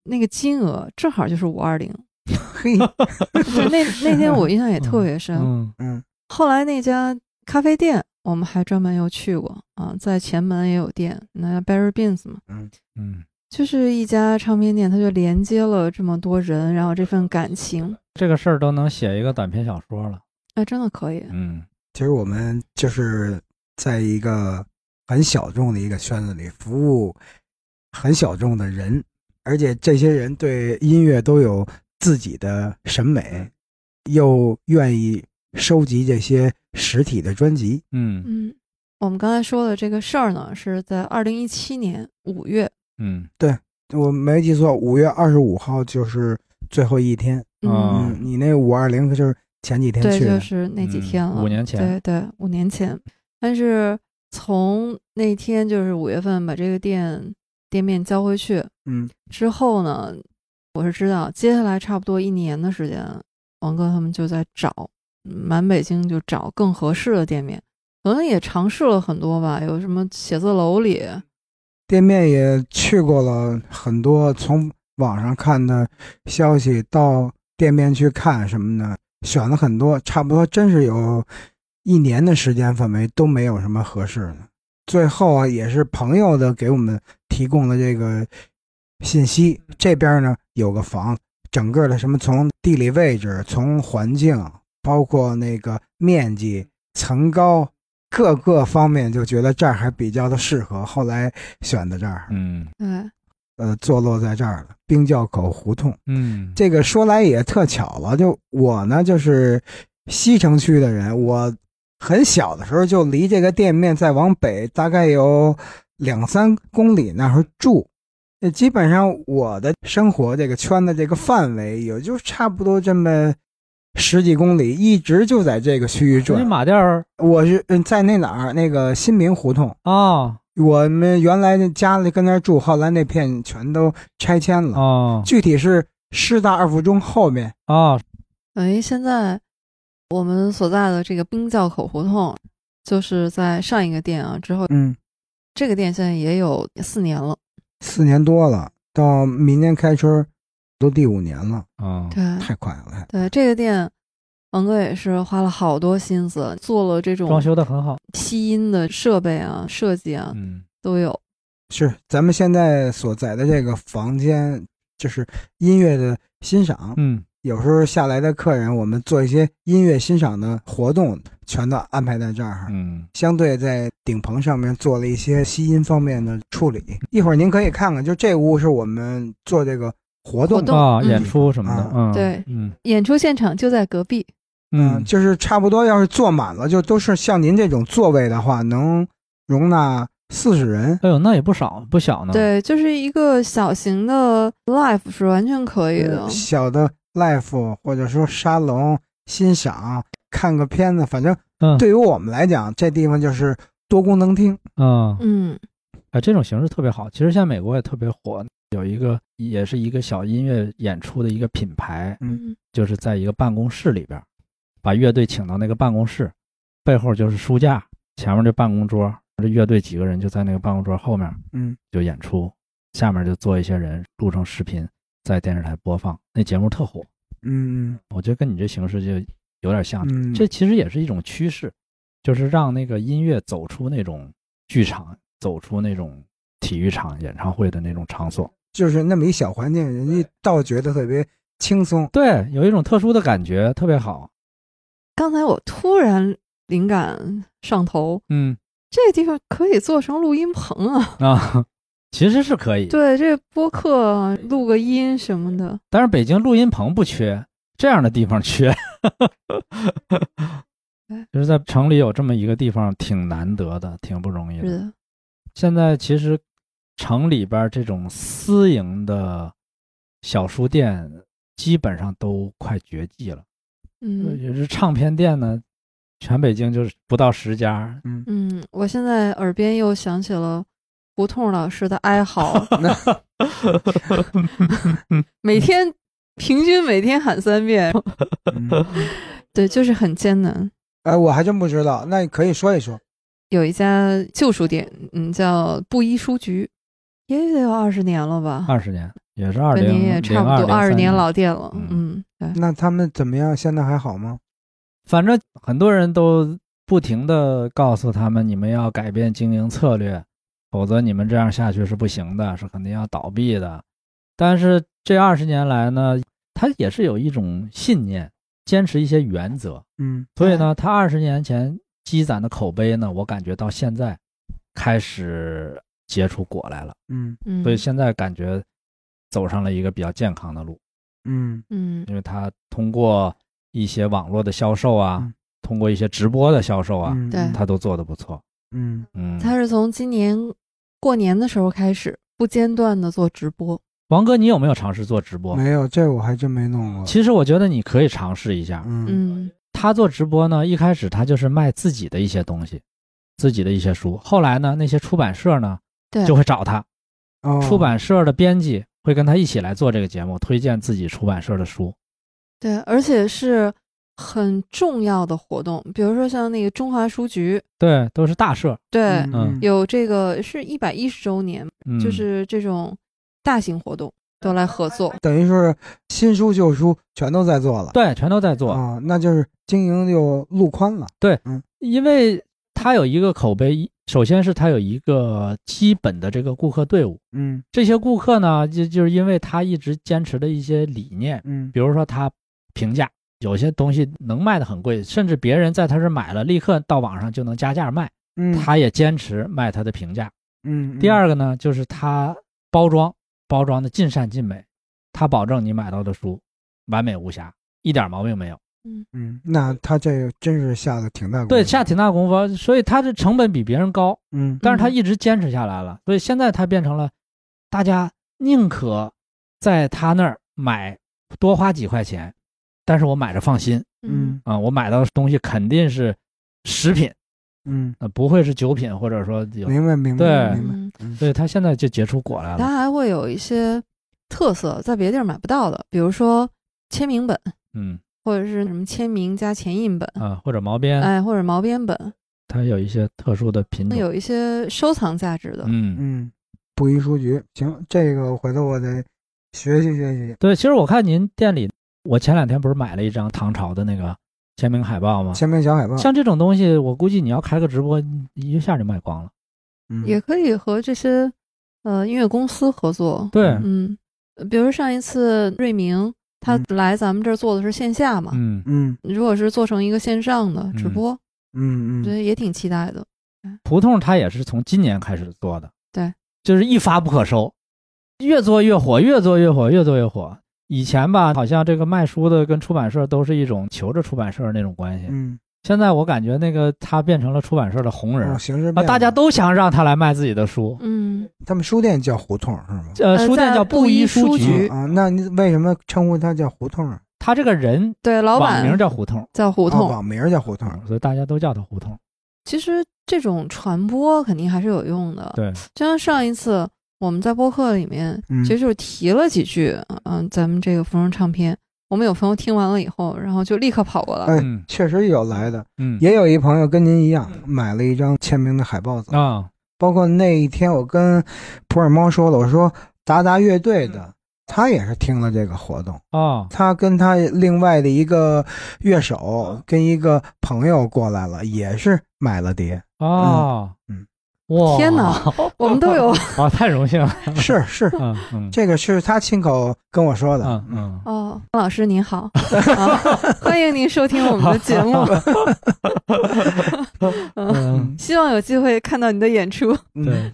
Speaker 3: 那个金额正好就是五 二零。
Speaker 2: 嘿，
Speaker 3: 对那那天我印象也特别深。
Speaker 4: 嗯，
Speaker 2: 嗯，
Speaker 3: 后来那家咖啡店我们还专门又去过啊，在前门也有店，那叫 Berry Beans 嘛。
Speaker 4: 嗯，
Speaker 3: 就是一家唱片店，它就连接了这么多人，然后这份感情，
Speaker 4: 这个事儿都能写一个短篇小说了。
Speaker 3: 哎，真的可以。
Speaker 4: 嗯，
Speaker 2: 其实我们就是在一个很小众的一个圈子里服务很小众的人，而且这些人对音乐都有自己的审美，又愿意收集这些实体的专辑。
Speaker 4: 嗯
Speaker 3: 嗯，我们刚才说的这个事儿呢，是在二零一七年五月，
Speaker 4: 嗯
Speaker 2: 我没记错，五月二十五号就是最后一天。
Speaker 4: 哦
Speaker 3: 嗯，
Speaker 2: 嗯，你那五二零就是前几天
Speaker 3: 对，
Speaker 2: 去的，
Speaker 3: 就是那几
Speaker 4: 嗯
Speaker 3: 天了，
Speaker 4: 五年前
Speaker 3: 对对，五年前。但是从那天就是五月份把这个店店面交回去
Speaker 2: 嗯，
Speaker 3: 之后呢，我是知道接下来差不多一年的时间，王哥他们就在找满北京就找更合适的店面，可能也尝试了很多吧，有什么写字楼里，
Speaker 2: 店面也去过了很多，从网上看的消息到店面去看什么的，选了很多，差不多真是有一年的时间范围都没有什么合适的。最后啊，也是朋友的给我们提供了这个信息，这边呢有个房，整个的什么从地理位置、从环境，包括那个面积、层高。各个方面就觉得这儿还比较的适合，后来选的这儿，
Speaker 4: 嗯
Speaker 3: 对，
Speaker 2: 呃，坐落在这儿了，冰窖口胡同。
Speaker 4: 嗯，
Speaker 2: 这个说来也特巧了，就我呢就是西城区的人，我很小的时候就离这个店面再往北大概有两三公里那儿住，那基本上我的生活这个圈的这个范围也就差不多这么十几公里，一直就在这个区域
Speaker 4: 那
Speaker 2: 转。
Speaker 4: 马甸儿
Speaker 2: 我是嗯在那哪儿那个新民胡同。
Speaker 4: 啊
Speaker 2: 我们原来那家里跟那儿住，后来那片全都拆迁了。
Speaker 4: 啊
Speaker 2: 具体是师大二附中后面，
Speaker 4: 啊，
Speaker 3: 等于现在我们所在的这个冰窖口胡同，就是在上一个店啊之后，
Speaker 2: 嗯，
Speaker 3: 这个店现在也有四年了，
Speaker 2: 四年多了，到明年开春儿都第五年了，
Speaker 4: 啊，
Speaker 3: 对
Speaker 2: 太快了，太
Speaker 3: 对，这个店。王哥也是花了好多心思，做了这
Speaker 4: 装
Speaker 3: 种
Speaker 4: 修的很好。
Speaker 3: 吸音的设备啊、设计啊
Speaker 4: 嗯
Speaker 3: 都有。
Speaker 2: 是咱们现在所在的这个房间，就是音乐的欣赏。
Speaker 4: 嗯
Speaker 2: 有时候下来的客人，我们做一些音乐欣赏的活动，全都安排在这儿。
Speaker 4: 嗯
Speaker 2: 相对在顶棚上面做了一些吸音方面的处理。一会儿您可以看看，就这屋是我们做这个活动
Speaker 3: 活
Speaker 2: 的，
Speaker 3: 动
Speaker 4: 啊，
Speaker 3: 嗯
Speaker 4: 演出什么的
Speaker 2: 啊，
Speaker 4: 嗯
Speaker 3: 对
Speaker 4: 嗯
Speaker 3: 演出现场就在隔壁，
Speaker 4: 嗯，
Speaker 2: 呃就是差不多要是坐满了，就都是像您这种座位的话，能容纳四十人。
Speaker 4: 哎呦，那也不少不小呢。，
Speaker 3: 对，就是一个小型的 live 是完全可以的。
Speaker 2: 小的 life 或者说沙龙欣赏，看个片子，反正
Speaker 4: 嗯
Speaker 2: 对于我们来讲，这地方就是多功能厅。
Speaker 4: 嗯，
Speaker 3: 嗯，
Speaker 4: 哎，这种形式特别好。其实现在美国也特别火，有一个也是一个小音乐演出的一个品牌，
Speaker 3: 嗯
Speaker 4: 就是在一个办公室里边儿，把乐队请到那个办公室，背后就是书架，前面就办公桌，这乐队几个人就在那个办公桌后面
Speaker 2: 嗯，
Speaker 4: 就演出，下面就坐一些人录成视频，在电视台播放，那节目特火。
Speaker 2: 嗯
Speaker 4: 我觉得跟你这形式就有点像，
Speaker 2: 嗯，
Speaker 4: 啊这其实也是一种趋势，就是让那个音乐走出那种剧场，走出那种体育场、演唱会的那种场所。
Speaker 2: 就是那么一小环境，人家倒觉得特别轻松。
Speaker 4: 对，有一种特殊的感觉，特别好。
Speaker 3: 刚才我突然灵感上头，
Speaker 4: 嗯
Speaker 3: 这个地方可以做成录音棚啊！
Speaker 4: 啊，其实是可以。
Speaker 3: 对，这播客啊录个音什么的，
Speaker 4: 但是北京录音棚不缺，这样的地方缺。
Speaker 3: 哎
Speaker 4: 就是在城里有这么一个地方，挺难得的，挺不容易
Speaker 3: 是
Speaker 4: 的。
Speaker 3: 的，
Speaker 4: 现在其实城里边这种私营的小书店，基本上都快绝迹了。
Speaker 3: 嗯
Speaker 4: 也是唱片店呢，全北京就是不到十家。
Speaker 3: 嗯，我现在耳边又响起了胡同老师的哀嚎， 每天平均每天喊三遍，
Speaker 2: 嗯
Speaker 3: 对，就是很艰难。
Speaker 2: 哎，我还真不知道，那你可以说一说。
Speaker 3: 有一家旧书店，嗯，叫布衣书局，也得有二十年了吧？
Speaker 4: 二十年也是二
Speaker 3: 对，
Speaker 4: 零
Speaker 3: 您
Speaker 4: 零
Speaker 3: 也差不多二
Speaker 4: 二
Speaker 3: 十年老店了，
Speaker 4: 嗯
Speaker 3: 嗯，对，
Speaker 2: 那他们怎么样？现在还好吗？
Speaker 4: 反正很多人都不停的告诉他们，你们要改变经营策略，否则你们这样下去是不行的，是肯定要倒闭的。但是这二十年来呢，他也是有一种信念，坚持一些原则。
Speaker 2: 嗯
Speaker 4: 所以呢，他二十年前积攒的口碑呢，我感觉到现在开始结出果来了。
Speaker 2: 嗯
Speaker 3: 嗯，
Speaker 4: 所以现在感觉走上了一个比较健康的路，
Speaker 2: 嗯
Speaker 3: 嗯
Speaker 4: 因为他通过一些网络的销售啊，
Speaker 2: 嗯
Speaker 4: 通过一些直播的销售啊，
Speaker 2: 嗯
Speaker 3: 对
Speaker 4: 他都做得不错。
Speaker 2: 嗯
Speaker 4: 嗯，
Speaker 3: 他是从今年过年的时候开始不间断的做直播，
Speaker 4: 王哥，你有没有尝试做直播？
Speaker 2: 没有，这我还真没弄过。
Speaker 4: 其实我觉得你可以尝试一下。
Speaker 2: 嗯
Speaker 3: 嗯
Speaker 4: 他做直播呢，一开始他就是卖自己的一些东西，自己的一些书。后来呢，那些出版社呢
Speaker 3: 对
Speaker 4: 就会找他，
Speaker 2: 哦
Speaker 4: 出版社的编辑会跟他一起来做这个节目，推荐自己出版社的书。
Speaker 3: 对，而且是很重要的活动，比如说像那个中华书局，
Speaker 4: 对，都是大社，
Speaker 3: 对，
Speaker 4: 嗯
Speaker 3: 有这个是一百一十周年，
Speaker 4: 嗯、
Speaker 3: 就是这种大型活动都来合作，
Speaker 2: 等于说是新书旧书全都在做了。
Speaker 4: 对，全都在做。
Speaker 2: 啊，那就是经营就路宽了。
Speaker 4: 因为它有一个口碑，首先是它有一个基本的这个顾客队伍，
Speaker 2: 嗯
Speaker 4: 这些顾客呢，就就是因为他一直坚持的一些理念，
Speaker 2: 嗯
Speaker 4: 比如说他评价有些东西能卖的很贵，甚至别人在他这儿买了，立刻到网上就能加价卖，
Speaker 2: 嗯，
Speaker 4: 他也坚持卖他的评价。
Speaker 2: 嗯
Speaker 4: 第二个呢，就是他包装包装的尽善尽美，他保证你买到的书完美无瑕，一点毛病没有。
Speaker 2: 嗯，那他这个真是下的挺大功夫。
Speaker 4: 对，下挺大功夫，所以他的成本比别人高。
Speaker 2: 嗯
Speaker 4: 但是他一直坚持下来了，所以现在他变成了，大家宁可在他那儿买多花几块钱，但是我买着放心
Speaker 2: 嗯
Speaker 4: 啊、我买到的东西肯定是食品，
Speaker 2: 嗯，
Speaker 4: 啊，不会是酒品或者说有，
Speaker 2: 明白明白
Speaker 4: 对
Speaker 2: 明白。
Speaker 3: 嗯，
Speaker 4: 所以他现在就结出果来了。
Speaker 3: 它还会有一些特色，在别地儿买不到的，比如说签名本，
Speaker 4: 嗯
Speaker 3: 或者是什么签名加前印
Speaker 2: 嗯
Speaker 3: 本，
Speaker 4: 啊，或者毛
Speaker 2: 呃
Speaker 4: 边，
Speaker 3: 哎，或者毛边本，
Speaker 4: 它有一些特殊的品
Speaker 3: 那
Speaker 4: 种。
Speaker 3: 有一些收藏价值的，
Speaker 4: 嗯，
Speaker 2: 嗯，布衣书局，行，这个回头我得学习学习。
Speaker 4: 对，其实我看您店里，我前两天不是买了一张唐朝的那个签名海报吗？
Speaker 2: 签名小海报，
Speaker 4: 啊像这种东西，我估计你要开个直播，一下就卖光了。
Speaker 2: 嗯
Speaker 3: 也可以和这些呃音乐公司合作，
Speaker 4: 对，
Speaker 2: 嗯
Speaker 3: 嗯，比如上一次瑞明他
Speaker 2: 嗯
Speaker 3: 来咱们这儿做的是线下嘛，
Speaker 4: 嗯
Speaker 2: 嗯
Speaker 3: 如果是做成一个线上的直播，
Speaker 2: 嗯
Speaker 3: 我觉
Speaker 2: 嗯
Speaker 3: 得也挺期待的。
Speaker 4: 胡同它也是从今年开始做的，
Speaker 3: 对，
Speaker 4: 就是一发不可收，越做越火，越做越火，越做越火。以前吧，好像这个卖书的跟出版社都是一种求着出版社那种关系。
Speaker 2: 嗯，
Speaker 4: 现在我感觉那个他变成了出版社的红人、
Speaker 2: 哦，形式
Speaker 4: 啊，
Speaker 2: 变了
Speaker 4: 大家都想让他来卖自己的书。
Speaker 3: 嗯，
Speaker 2: 他们书店叫胡同是吗？
Speaker 4: 呃，
Speaker 3: 呃
Speaker 4: 书店
Speaker 3: 在
Speaker 4: 叫
Speaker 3: 布
Speaker 4: 布
Speaker 3: 衣
Speaker 4: 衣
Speaker 3: 书
Speaker 4: 书
Speaker 3: 局
Speaker 4: 局，
Speaker 2: 啊，那你为什么称呼它叫胡同啊？
Speaker 4: 他这个人
Speaker 3: 对，老
Speaker 4: 网名
Speaker 3: 板
Speaker 4: 叫胡同，
Speaker 3: 叫胡
Speaker 2: 胡
Speaker 3: 同，
Speaker 2: 啊网名叫胡同。
Speaker 4: 所以大家都叫他胡同。
Speaker 3: 其实这种传播肯定还是有用的。
Speaker 4: 对，
Speaker 3: 就像上一次我们在播客里面，
Speaker 2: 嗯
Speaker 3: 其实就是提了几句，嗯、咱们这个芙蓉唱片，我们有朋友听完了以后，然后就立刻跑过来，
Speaker 2: 哎
Speaker 4: 嗯
Speaker 2: 确实有来的，
Speaker 4: 嗯
Speaker 2: 也有一朋友跟您一样买了一张签名的海报走。
Speaker 4: 啊，
Speaker 2: 包括那一天我跟普洱猫说了，我说达达乐队
Speaker 4: 嗯
Speaker 2: 的，他也是听了这个活动，
Speaker 4: 哦，
Speaker 2: 他跟他另外的一个乐
Speaker 4: 嗯
Speaker 2: 手跟一个朋友过来了，也是买了碟，
Speaker 4: 哦，
Speaker 2: 嗯，
Speaker 4: 哇，
Speaker 3: 天哪， 我们都有，
Speaker 4: 啊，太荣幸了，
Speaker 2: 是是，
Speaker 4: 嗯嗯
Speaker 2: 这个是他亲口跟我说的，
Speaker 4: 嗯嗯，
Speaker 3: 哦，方老师您好、啊，欢迎您收听我们的节 目，嗯
Speaker 4: 嗯，
Speaker 3: 希望有机会看到你的演出。
Speaker 2: 嗯
Speaker 4: 对，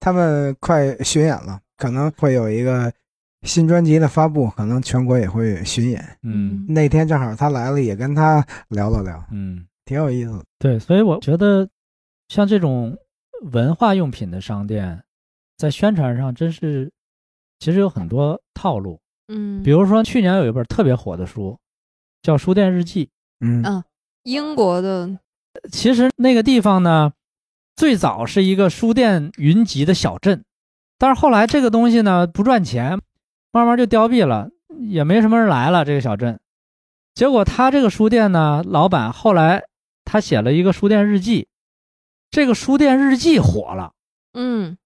Speaker 2: 他们快巡演了，可能会有一个新专辑的发布，可能全国也会巡演。
Speaker 4: 嗯
Speaker 2: 那天正好他来了，也跟他聊了聊，
Speaker 4: 嗯，
Speaker 2: 挺有意思的。
Speaker 4: 对，所以我觉得像这种文化用品的商店，在宣传上真是其实有很多套路。
Speaker 3: 嗯，
Speaker 4: 比如说去年有一本特别火的书，叫《书店日记》。
Speaker 2: 嗯
Speaker 3: 啊英国的，
Speaker 4: 呃其实那个地方呢，最早是一个书店云集的小镇，但是后来这个东西呢不赚钱，慢慢就凋敝了，也没什么人来了这个小镇。结果他这个书店呢，老板后来他写了一个书店日记，这个书店日记火了，
Speaker 3: 嗯，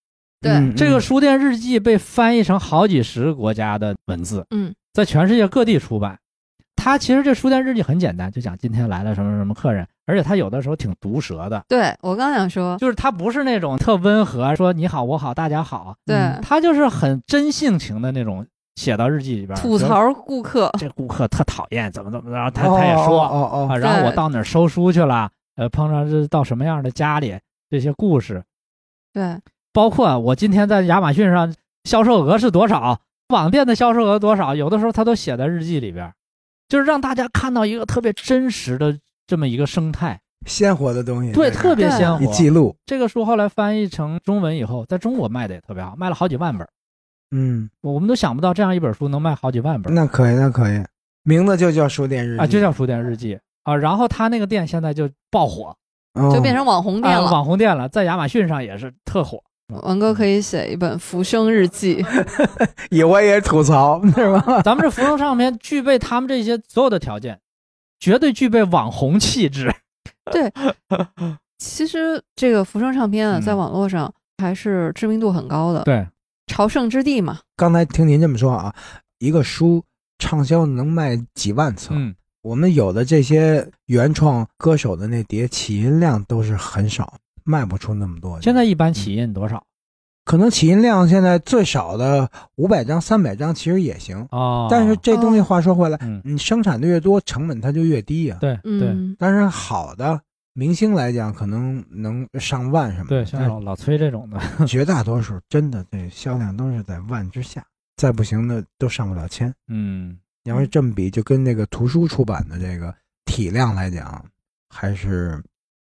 Speaker 3: 对，
Speaker 2: 嗯
Speaker 4: 这个书店日记被翻译成好几十个国家的文字，
Speaker 3: 嗯，
Speaker 4: 在全世界各地出版。他其实这书店日记很简单，就讲今天来了什么什么客人，而且他有的时候挺毒舌的，
Speaker 3: 对我刚想说，
Speaker 4: 就是他不是那种特温和，说你好我好大家好，
Speaker 3: 对，
Speaker 2: 嗯
Speaker 4: 他就是很真性情的那种，写到日记里边
Speaker 3: 吐。
Speaker 4: 觉得
Speaker 3: 槽顾客，
Speaker 4: 这顾客特讨厌，怎么怎么着，然后他他也说、
Speaker 2: 哦哦
Speaker 4: 啊，
Speaker 2: 哦
Speaker 4: 然后我
Speaker 3: 对
Speaker 4: 到哪儿收书去了，呃，碰上是到什么样的家里，这些故事，
Speaker 3: 对，
Speaker 4: 包括我今天在亚马逊上销售额是多少，网店的销售额多少，有的时候他都写在日记里边，就是让大家看到一个特别真实的这么一个生态，
Speaker 2: 鲜活的东西，
Speaker 4: 对，特别
Speaker 3: 对
Speaker 4: 鲜活。
Speaker 2: 一记录，
Speaker 4: 这个书后来翻译成中文以后，在中国卖的也特别好，卖了好几万本儿。
Speaker 2: 嗯，
Speaker 4: 我们都想不到这样一本书能卖好几万本儿
Speaker 2: 那可以，那可以，名字就叫书店日记
Speaker 4: 啊！就叫书店日记啊。然后他那个店现在就爆火，
Speaker 2: 哦
Speaker 3: 就变成网红店
Speaker 4: 啊、
Speaker 3: 了。
Speaker 4: 网红店了，在亚马逊上也是特火。
Speaker 3: 文哥 可以写一本《浮生日记》，
Speaker 2: 以我也吐槽是吧？
Speaker 4: 咱们这服装上面具备他们这些所有的条件，绝对具备网红 气质。
Speaker 3: 其实这个浮生唱片啊，
Speaker 4: 嗯
Speaker 3: 在网络上还是知名度很高的，
Speaker 4: 对，
Speaker 3: 朝圣之地嘛。
Speaker 2: 刚才听您这么说啊，一个书畅销能卖几万册，
Speaker 4: 嗯，
Speaker 2: 我们有的这些原创歌手的那碟起音量都是很少，卖不出那么多。
Speaker 4: 现在一般起印多少
Speaker 2: 嗯可能起音量现在最少的五百张、三百张其实也行，
Speaker 4: 哦，
Speaker 2: 但是这东西话说回来，
Speaker 4: 嗯，
Speaker 2: 你生产的越多，成本它就越低呀、
Speaker 4: 对对
Speaker 3: 嗯，
Speaker 2: 但是好的明星来讲，可能能上万什么的，
Speaker 4: 对，像
Speaker 2: 但是
Speaker 4: 老老崔这种的，
Speaker 2: 绝大多数真的这销量都是在万之下，再不行的都上不了千。
Speaker 4: 嗯，
Speaker 2: 你要是这么比，就跟那个图书出版的这个体量来讲，还是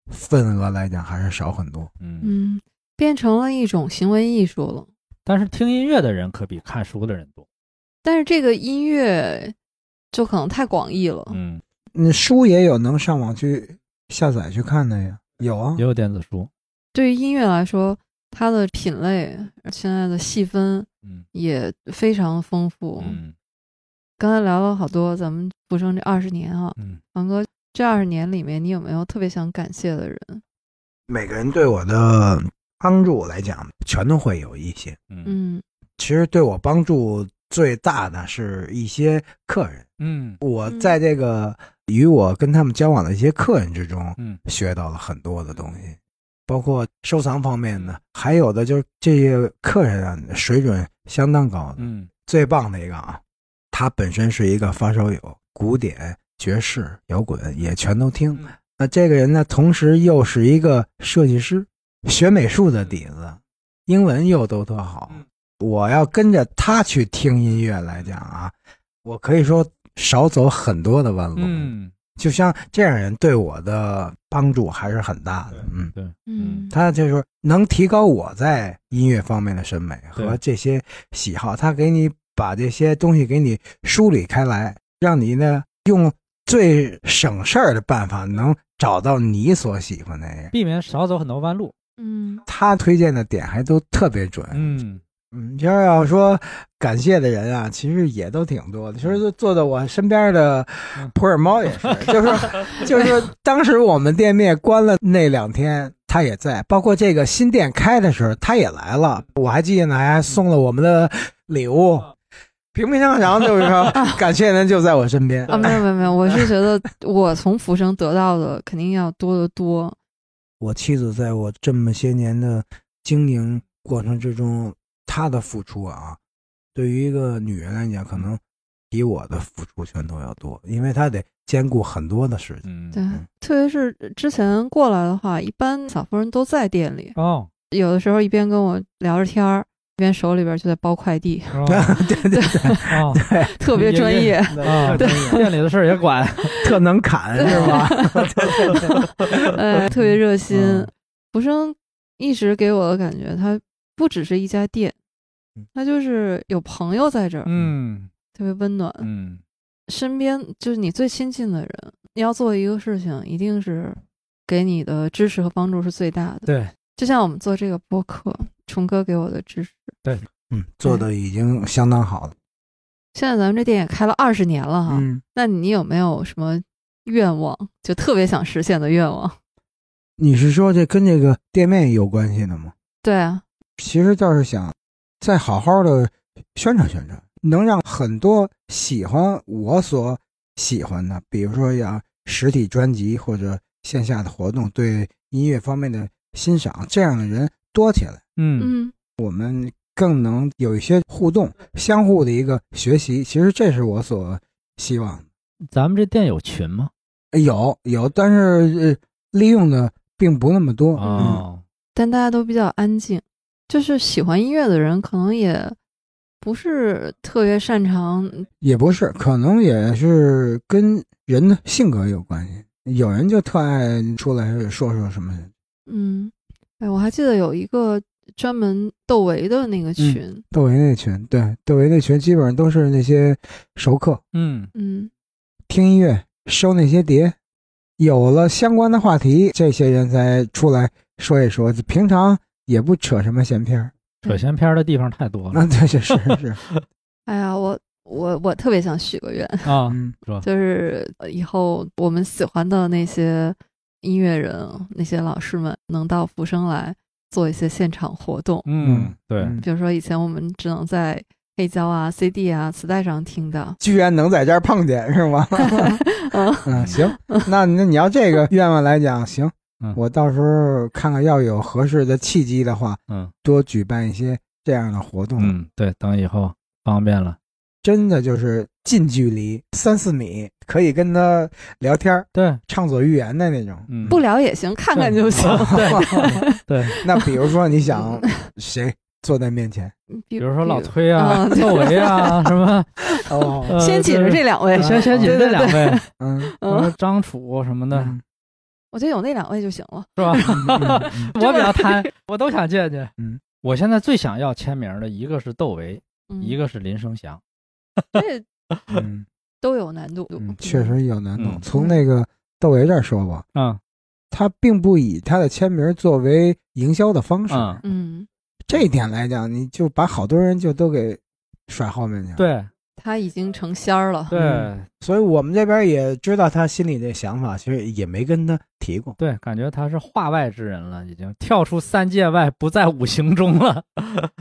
Speaker 2: 份额来讲还是少很多。
Speaker 4: 嗯，
Speaker 3: 嗯，变成了一种行为艺术了。
Speaker 4: 但是听音乐的人可比看书的人多。
Speaker 3: 但是这个音乐就可能太广义了。
Speaker 4: 嗯，
Speaker 2: 嗯，书也有能上网去下载去看的呀，有啊
Speaker 4: 也，有电子书。
Speaker 3: 对于音乐来说，它的品类现在的细分
Speaker 4: 嗯
Speaker 3: 也非常丰富。
Speaker 4: 嗯
Speaker 3: 刚才聊了好多，咱们浮生这二十年啊，
Speaker 4: 嗯，
Speaker 3: 王哥，这二十年里面，你有没有特别想感谢的人？
Speaker 2: 每个人对我的帮助来讲，全都会有一些。
Speaker 4: 嗯
Speaker 3: 嗯
Speaker 2: 其实对我帮助最大的是一些客人，
Speaker 4: 嗯
Speaker 2: 我
Speaker 3: 嗯
Speaker 2: 在这个与我跟他们交往的一些客人之中，
Speaker 4: 嗯
Speaker 2: 学到了很多的东西，包括收藏方面的，还有的就是这些客人啊，水准相当高的。
Speaker 4: 嗯
Speaker 2: 最棒的一个啊，他本身是一个发烧友，古典、爵士、摇滚也全都听。
Speaker 4: 嗯
Speaker 2: 那这个人呢，同时又是一个设计师，学美术的底子，英文又都特好
Speaker 4: 嗯。
Speaker 2: 我要跟着他去听音乐来讲啊，我可以说少走很多的弯路。
Speaker 4: 嗯，
Speaker 2: 就像这样人对我的帮助还是很大的，嗯，
Speaker 4: 对，
Speaker 3: 嗯，
Speaker 2: 他就是能提高我在音乐方面的审美和
Speaker 4: 对
Speaker 2: 这些喜好，他给你把这些东西给你梳理开来，让你呢用最省事儿的办法能找到你所喜欢的那个。
Speaker 4: 避免少走很多弯路。
Speaker 3: 嗯
Speaker 2: 他推荐的点还都特别准，
Speaker 4: 嗯
Speaker 2: 嗯，其实要说感谢的人啊，其实也都挺多的。其实坐在我身边的普洱猫也是，就是就是当时我们店面关了那两天，他也在。包括这个新店开的时候，他也来了。我还记得呢，还送了我们的礼物。平平常常就是说，感谢人就在我身边。
Speaker 3: 啊，没有没有没有，我是觉得 我从浮生得到的肯定要多得多。
Speaker 2: 我妻子在我这么些年的经营过程之中，她的付出啊，对于一个女人来讲，可能比我的付出全都要多，因为她得兼顾很多的事情。
Speaker 4: 嗯
Speaker 3: 对，特别是之前过来的话，一般小夫人都在店里，
Speaker 4: 哦，
Speaker 3: 有的时候一边跟我聊着天儿，一边手里边就在包快递，
Speaker 4: 是 吧？
Speaker 5: 对对，
Speaker 4: 啊，
Speaker 3: 特别专
Speaker 4: 也
Speaker 3: 业。
Speaker 4: 啊，店里的事儿也 管，
Speaker 5: 特能砍是吧？
Speaker 3: 呃，特别热心
Speaker 4: 嗯。
Speaker 3: 福生一直给我的感觉，它不只是一家店
Speaker 5: 嗯，
Speaker 3: 它就是有朋友在这儿，
Speaker 4: 嗯
Speaker 3: 特别温暖。
Speaker 4: 嗯，
Speaker 3: 身边就是你最亲近的人，你要做一个事情，一定是给你的支持和帮助是最大的。
Speaker 4: 对
Speaker 3: 就像我们做这个播客，虫哥给我的支持。
Speaker 2: 嗯，
Speaker 5: 做的已经相当好了。
Speaker 3: 现在咱们这店也开了二十年了哈，
Speaker 5: 嗯，
Speaker 3: 那你有没有什么愿望，就特别想实现的愿望？
Speaker 5: 你是说这跟这个店面有关系的吗？
Speaker 3: 对啊，
Speaker 5: 其实倒是想再好好的宣传宣传，能让很多喜欢我所喜欢的，比如说像实体专辑或者线下的活动，对音乐方面的欣赏，这样的人多起来，
Speaker 4: 嗯
Speaker 3: 嗯
Speaker 5: 我们更能有一些互动，相互的一个学习。其实这是我所希望的。
Speaker 4: 咱们这店有群吗？
Speaker 5: 呃有有，但是、呃、利用的并不那么多。嗯，
Speaker 4: 哦，
Speaker 3: 但大家都比较安静，就是喜欢音乐的人可能也不是特别擅长，
Speaker 5: 也不是，可能也是跟人的性格有关系。有人就特爱出来说说什么，
Speaker 3: 嗯，哎，我还记得有一个专门窦唯的那
Speaker 4: 嗯
Speaker 3: 个群，
Speaker 5: 窦唯那群，对，窦唯那群基本上都是那些熟客，
Speaker 4: 嗯
Speaker 3: 嗯
Speaker 5: 听音乐，收那些碟，有了相关的话题，这些人才出来说一说。平常也不扯什么闲篇儿，
Speaker 4: 扯闲篇儿的地方太多了
Speaker 5: 那这是是是，
Speaker 3: 哎呀，我我我特别想许个愿，
Speaker 4: 啊，
Speaker 5: 嗯，
Speaker 3: 就是呃以后我们喜欢的那些音乐人、那些老师们能到福生来做一些现场活动，
Speaker 4: 嗯，对，
Speaker 5: 嗯
Speaker 3: 比如说以前我们只能在黑胶啊、CD 啊、磁带上听 到，
Speaker 5: 居然能在这儿碰见是吗？
Speaker 3: 嗯
Speaker 5: 嗯，行，那那你要这个愿望来讲，行
Speaker 4: 嗯，
Speaker 5: 我到时候看看要有合适的契机的话，
Speaker 4: 嗯
Speaker 5: 多举办一些这样的活动。
Speaker 4: 嗯，对，等以后方便了，
Speaker 5: 真的就是近距离三四米，可以跟他聊天儿，
Speaker 4: 对，
Speaker 5: 畅所欲言的那种。
Speaker 4: 嗯，
Speaker 3: 不聊也行，看看就 行。
Speaker 4: 对对，
Speaker 5: 那比如说你 想谁坐在面前？
Speaker 3: 比
Speaker 4: 嗯比如说老崔啊、
Speaker 3: 嗯对
Speaker 4: 窦唯 啊，什么，
Speaker 5: 哦，
Speaker 4: 呃
Speaker 3: 先起着这两位
Speaker 4: 对，先先起着这两位，
Speaker 5: 嗯，
Speaker 4: 什么
Speaker 3: 嗯，
Speaker 4: 张楚什么的，
Speaker 5: 嗯
Speaker 3: 我觉得有那两位就行了。
Speaker 4: 是吧？
Speaker 5: 嗯
Speaker 4: 我比较贪，我都想见见。
Speaker 5: 嗯，
Speaker 4: 我现在最想要签名的一个是窦唯，
Speaker 3: 嗯、
Speaker 4: 一个是林生祥。
Speaker 3: 这
Speaker 5: 嗯
Speaker 3: 都有难度，
Speaker 5: 嗯，确实有难度
Speaker 4: 嗯。
Speaker 5: 从那个窦唯这儿说吧，
Speaker 4: 嗯
Speaker 5: 他并不以他的签名作为营销的方式，
Speaker 4: 嗯，
Speaker 3: 嗯，
Speaker 5: 这一点来讲，你就把好多人就都给甩后面去了。，
Speaker 4: 对
Speaker 3: 他已经成仙儿了。
Speaker 4: 对
Speaker 5: 嗯所以我们这边也知道他心里的想法，其实也没跟他提过。
Speaker 4: 对，感觉他是话外之人了，已经跳出三界外，不在五行中了。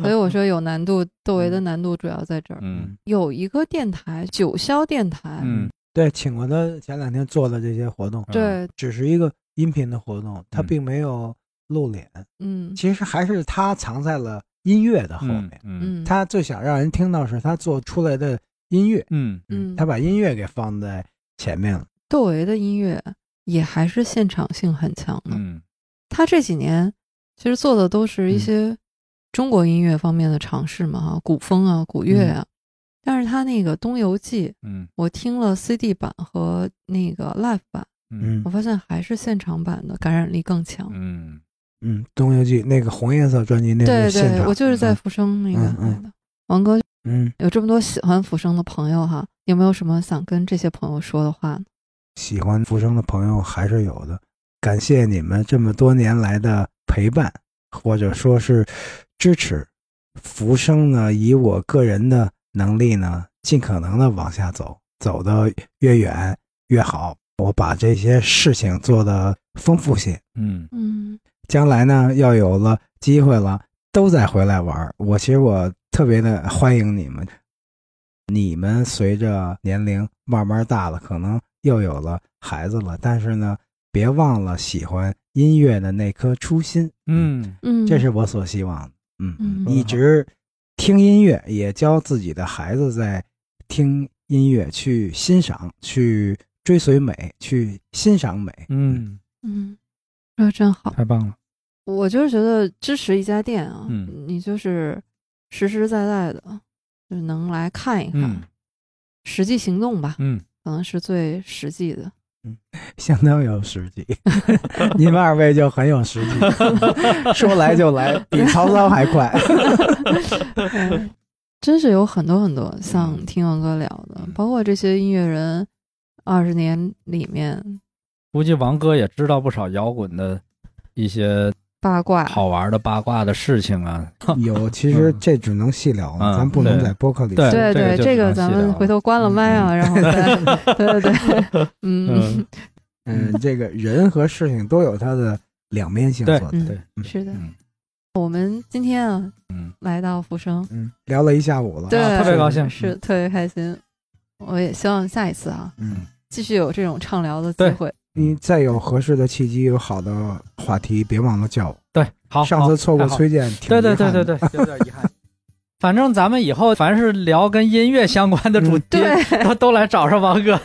Speaker 3: 所以
Speaker 2: 嗯
Speaker 3: 我说有难度，窦唯的难度主要在这儿。
Speaker 4: 嗯
Speaker 3: 有一个电台，九霄电台，
Speaker 4: 嗯，
Speaker 2: 对，请过他前两天做的这些活动，
Speaker 3: 对，
Speaker 2: 只是一个音频的活动，他
Speaker 4: 嗯
Speaker 2: 并没有露脸，
Speaker 3: 嗯
Speaker 2: 其实还是他藏在了音乐的后
Speaker 4: 嗯
Speaker 2: 面。
Speaker 4: 嗯
Speaker 3: 嗯，
Speaker 2: 他最想让人听到是他做出来的音乐，
Speaker 4: 嗯
Speaker 3: 嗯
Speaker 2: 他把音乐给放在前面了。
Speaker 3: 窦唯的音乐也还是现场性很强的。
Speaker 4: 嗯
Speaker 3: 他这几年其实做的都
Speaker 2: 嗯
Speaker 3: 是一些中国音乐方面的尝试嘛，哈，古风啊、古乐
Speaker 2: 嗯
Speaker 3: 啊。但是他那个《东游记》，
Speaker 4: 嗯
Speaker 3: 我听了 CD 版和那个 Live 版，
Speaker 4: 嗯
Speaker 3: 我发现还是现场版的感染力更强。
Speaker 4: 嗯
Speaker 2: 嗯，《东游记》那个红颜色专辑那
Speaker 3: 对
Speaker 2: 是现
Speaker 3: 对，
Speaker 2: 场，
Speaker 3: 我就是在福生那个
Speaker 2: 嗯嗯
Speaker 3: 买的。王哥
Speaker 2: 嗯
Speaker 3: 有这么多喜欢福生的朋友哈，有没有什么想跟这些朋友说的话呢？
Speaker 2: 喜欢浮生的朋友还是有的，感谢你们这么多年来的陪伴，或者说是支持。浮生呢，以我个人的能力呢，尽可能的往下走，走得越远越好。我把这些事情做得丰富些，
Speaker 4: 嗯
Speaker 3: 嗯
Speaker 2: 将来呢，要有了机会了，都再回来玩儿。我其实我特别的欢迎你们，你们随着年龄慢慢大了，可能又有了孩子了，但是呢，别忘了喜欢音乐的那颗初心，
Speaker 4: 嗯
Speaker 3: 嗯，
Speaker 2: 这是我所希望的。嗯，
Speaker 3: 嗯
Speaker 2: 一直听音乐，也教自己的孩子在听音乐，去欣赏，去追随美，去欣赏美。
Speaker 4: 嗯，
Speaker 3: 嗯，说得真好。
Speaker 4: 太棒了。
Speaker 3: 我就是觉得支持一家店啊，
Speaker 4: 嗯
Speaker 3: 你就是实实在在的，就是能来看一看，
Speaker 4: 嗯
Speaker 3: 实际行动吧，
Speaker 4: 嗯，
Speaker 3: 可能是最实际 的。
Speaker 6: 相当有实 际，你们二位就很有实际，说来就来，比曹操还 快。
Speaker 3: 哎 真是有很多很多像
Speaker 4: 嗯
Speaker 3: 听王哥聊的
Speaker 4: 嗯，
Speaker 3: 包括这些音乐人，二十年里面
Speaker 4: 估计王哥也知道不少摇滚的一些
Speaker 3: 八卦，
Speaker 4: 好玩的八卦的事情啊。
Speaker 2: 有，其实
Speaker 4: 嗯
Speaker 2: 这只能细聊了，
Speaker 4: 嗯
Speaker 2: 咱不能
Speaker 4: 对
Speaker 2: 在播客里
Speaker 4: 对
Speaker 2: 说
Speaker 3: 对
Speaker 4: 嗯这个
Speaker 3: 对，
Speaker 4: 就
Speaker 3: 这
Speaker 4: 只能
Speaker 3: 个
Speaker 4: 细
Speaker 3: 咱
Speaker 4: 聊
Speaker 3: 们
Speaker 4: 了
Speaker 3: 回头关了
Speaker 4: 嗯
Speaker 3: 麦啊，然后 再对对对，嗯，
Speaker 2: 嗯，这个人和事情都有它的两面性
Speaker 4: 对
Speaker 2: 所在。
Speaker 3: 嗯
Speaker 4: 对，
Speaker 3: 是的
Speaker 4: 嗯，
Speaker 3: 我们今天啊
Speaker 4: 嗯，
Speaker 3: 来到浮生，
Speaker 2: 嗯，聊了一下午了，啊
Speaker 3: 对，
Speaker 4: 啊特别高兴嗯
Speaker 3: 是特别开心。我也希望下一次啊，
Speaker 2: 嗯，
Speaker 3: 继续有这种畅聊的机
Speaker 4: 对
Speaker 3: 会。
Speaker 2: 你再有合适的契机，有好的话题，别忘了叫我。
Speaker 4: 对，好，
Speaker 2: 上次错过
Speaker 4: 好
Speaker 2: 崔健，挺
Speaker 4: 对对
Speaker 2: 遗
Speaker 4: 对
Speaker 2: 憾
Speaker 4: 对
Speaker 2: 的，
Speaker 4: 对，有点遗憾。反正咱们以后凡是聊跟音乐相关的主题，
Speaker 3: 嗯对，
Speaker 4: 都都来找上王哥。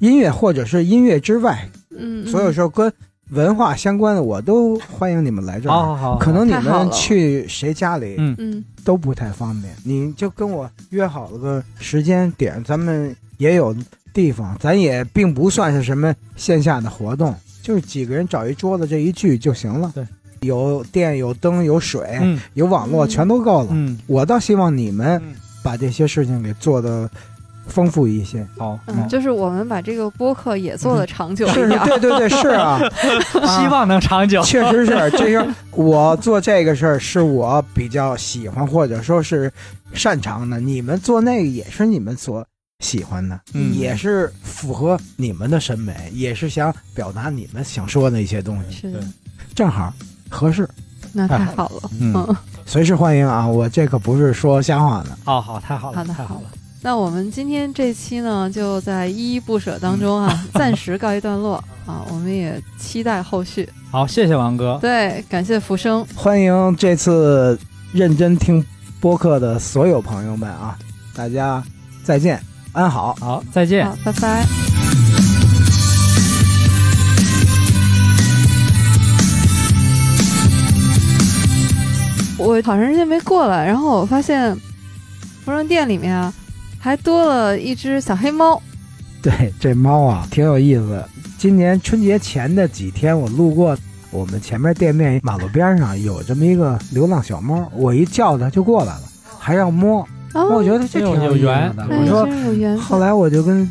Speaker 2: 音乐或者是音乐之外，
Speaker 3: 嗯，
Speaker 2: 所有
Speaker 3: 嗯
Speaker 2: 时候跟文化相关的，我都欢迎你们来这
Speaker 4: 好
Speaker 2: 儿。
Speaker 4: 好好，
Speaker 2: 可能你
Speaker 3: 哦太好
Speaker 2: 们
Speaker 3: 了
Speaker 2: 去谁家里
Speaker 4: 嗯
Speaker 3: 嗯，
Speaker 2: 都不太方便，你就跟我约好了个时间点，咱们也有地方，咱也并不算是什么线下的活动，就是几个人找一桌子这一聚就行了。
Speaker 4: 对，
Speaker 2: 有电、有灯、有水、
Speaker 4: 嗯
Speaker 2: 有网络，
Speaker 3: 嗯
Speaker 2: 全都够了。
Speaker 4: 嗯，
Speaker 2: 我倒希望你们
Speaker 4: 嗯
Speaker 2: 把这些事情给做的丰富一些。
Speaker 4: 好，
Speaker 3: 嗯，就是我们把这个播客也做的长
Speaker 4: 嗯
Speaker 3: 久
Speaker 2: 是
Speaker 3: 一
Speaker 2: 是
Speaker 3: 点儿，
Speaker 2: 对对对，是啊，
Speaker 4: 希望能 长 久。
Speaker 2: 确实是，这个我做这个事儿是我比较喜欢或者说是擅长的，你们做那个也是你们所喜欢的，
Speaker 4: 嗯
Speaker 2: 也是符合你们的审美，也是想表达你们想说的一些东西，
Speaker 3: 是的
Speaker 4: 对，
Speaker 2: 正好合适，
Speaker 3: 那
Speaker 4: 太
Speaker 3: 太
Speaker 4: 好
Speaker 3: 好了。
Speaker 4: 嗯，
Speaker 3: 嗯，
Speaker 2: 随时欢迎啊！我这可不是说瞎话呢，
Speaker 4: 好好，太好了，
Speaker 3: 好的
Speaker 4: 太好了。
Speaker 3: 那我们今天这期呢，就在依依不舍当中 啊，暂时告一段落啊。我们也期待后续。
Speaker 4: 好，谢谢王哥。
Speaker 3: 对，感谢浮生，
Speaker 2: 欢迎这次认真听播客的所有朋友们啊！大家再见，安好。
Speaker 4: 好，再见。
Speaker 3: 好，拜拜。我好长时间没过来，然后我发现服装店里面啊，还多了一只小黑猫。
Speaker 2: 对，这猫啊，挺有意思。今年春节前的几天，我路过我们前面店面马路边上有这么一个流浪小猫，我一叫它就过来了，还让摸。
Speaker 3: 哦，
Speaker 2: 我觉得这挺意思的。
Speaker 4: 哎
Speaker 2: 我
Speaker 4: 呦
Speaker 2: 说，
Speaker 3: 嗯真是有缘
Speaker 2: 后
Speaker 3: 分。
Speaker 2: 来我就跟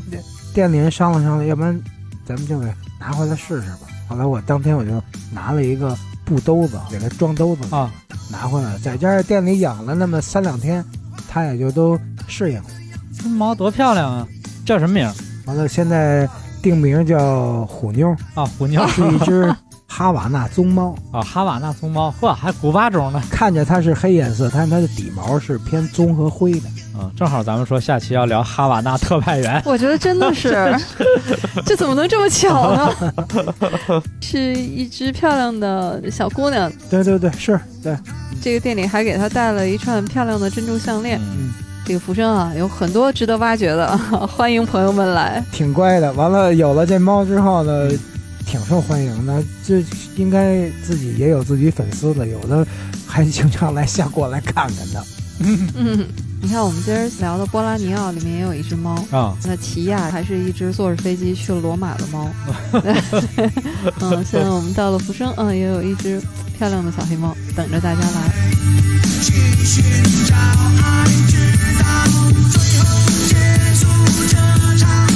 Speaker 2: 店里人商量商量，要不然咱们就给拿回来试试吧。后来我当天我就拿了一个布兜子，给它装兜
Speaker 3: 哦
Speaker 2: 子里
Speaker 4: 啊，
Speaker 2: 拿回来，在家店里养了那么三两天，它也就都适应了。
Speaker 4: 这猫多漂亮啊！叫什么名儿
Speaker 2: 完了，现在定名叫虎妞。
Speaker 4: 啊？虎妞
Speaker 2: 是一只哈瓦那棕猫，
Speaker 4: 啊，哈瓦那棕猫，嚯，还古巴种呢。
Speaker 2: 看着它是黑颜色，但是它的底毛是偏棕和灰的。
Speaker 4: 嗯，正好咱们说下期要聊哈瓦那特派员。
Speaker 3: 我觉得真的 是，这怎么能这么巧呢？ 是一只漂亮的小姑娘，
Speaker 2: 对对对，是对，
Speaker 3: 这个店里还给她带了一串漂亮的珍珠项链。
Speaker 4: 嗯，
Speaker 3: 这个浮生啊，有很多值得挖掘的， 欢迎朋友们来。
Speaker 2: 挺乖的。完了，有了这猫之后呢，挺受欢迎的。这应该自己也有自己粉丝的，有的还经常来下过来看看它。
Speaker 3: 嗯，你看我们今儿聊的波拉尼奥里面也有一只猫，
Speaker 4: 啊，
Speaker 3: 那奇亚还是一只坐着飞机去罗马的猫。嗯，现在我们到了浮生，嗯，也有一只漂亮的小黑猫等着大家来。
Speaker 7: 寻找爱，直到最后结束这场。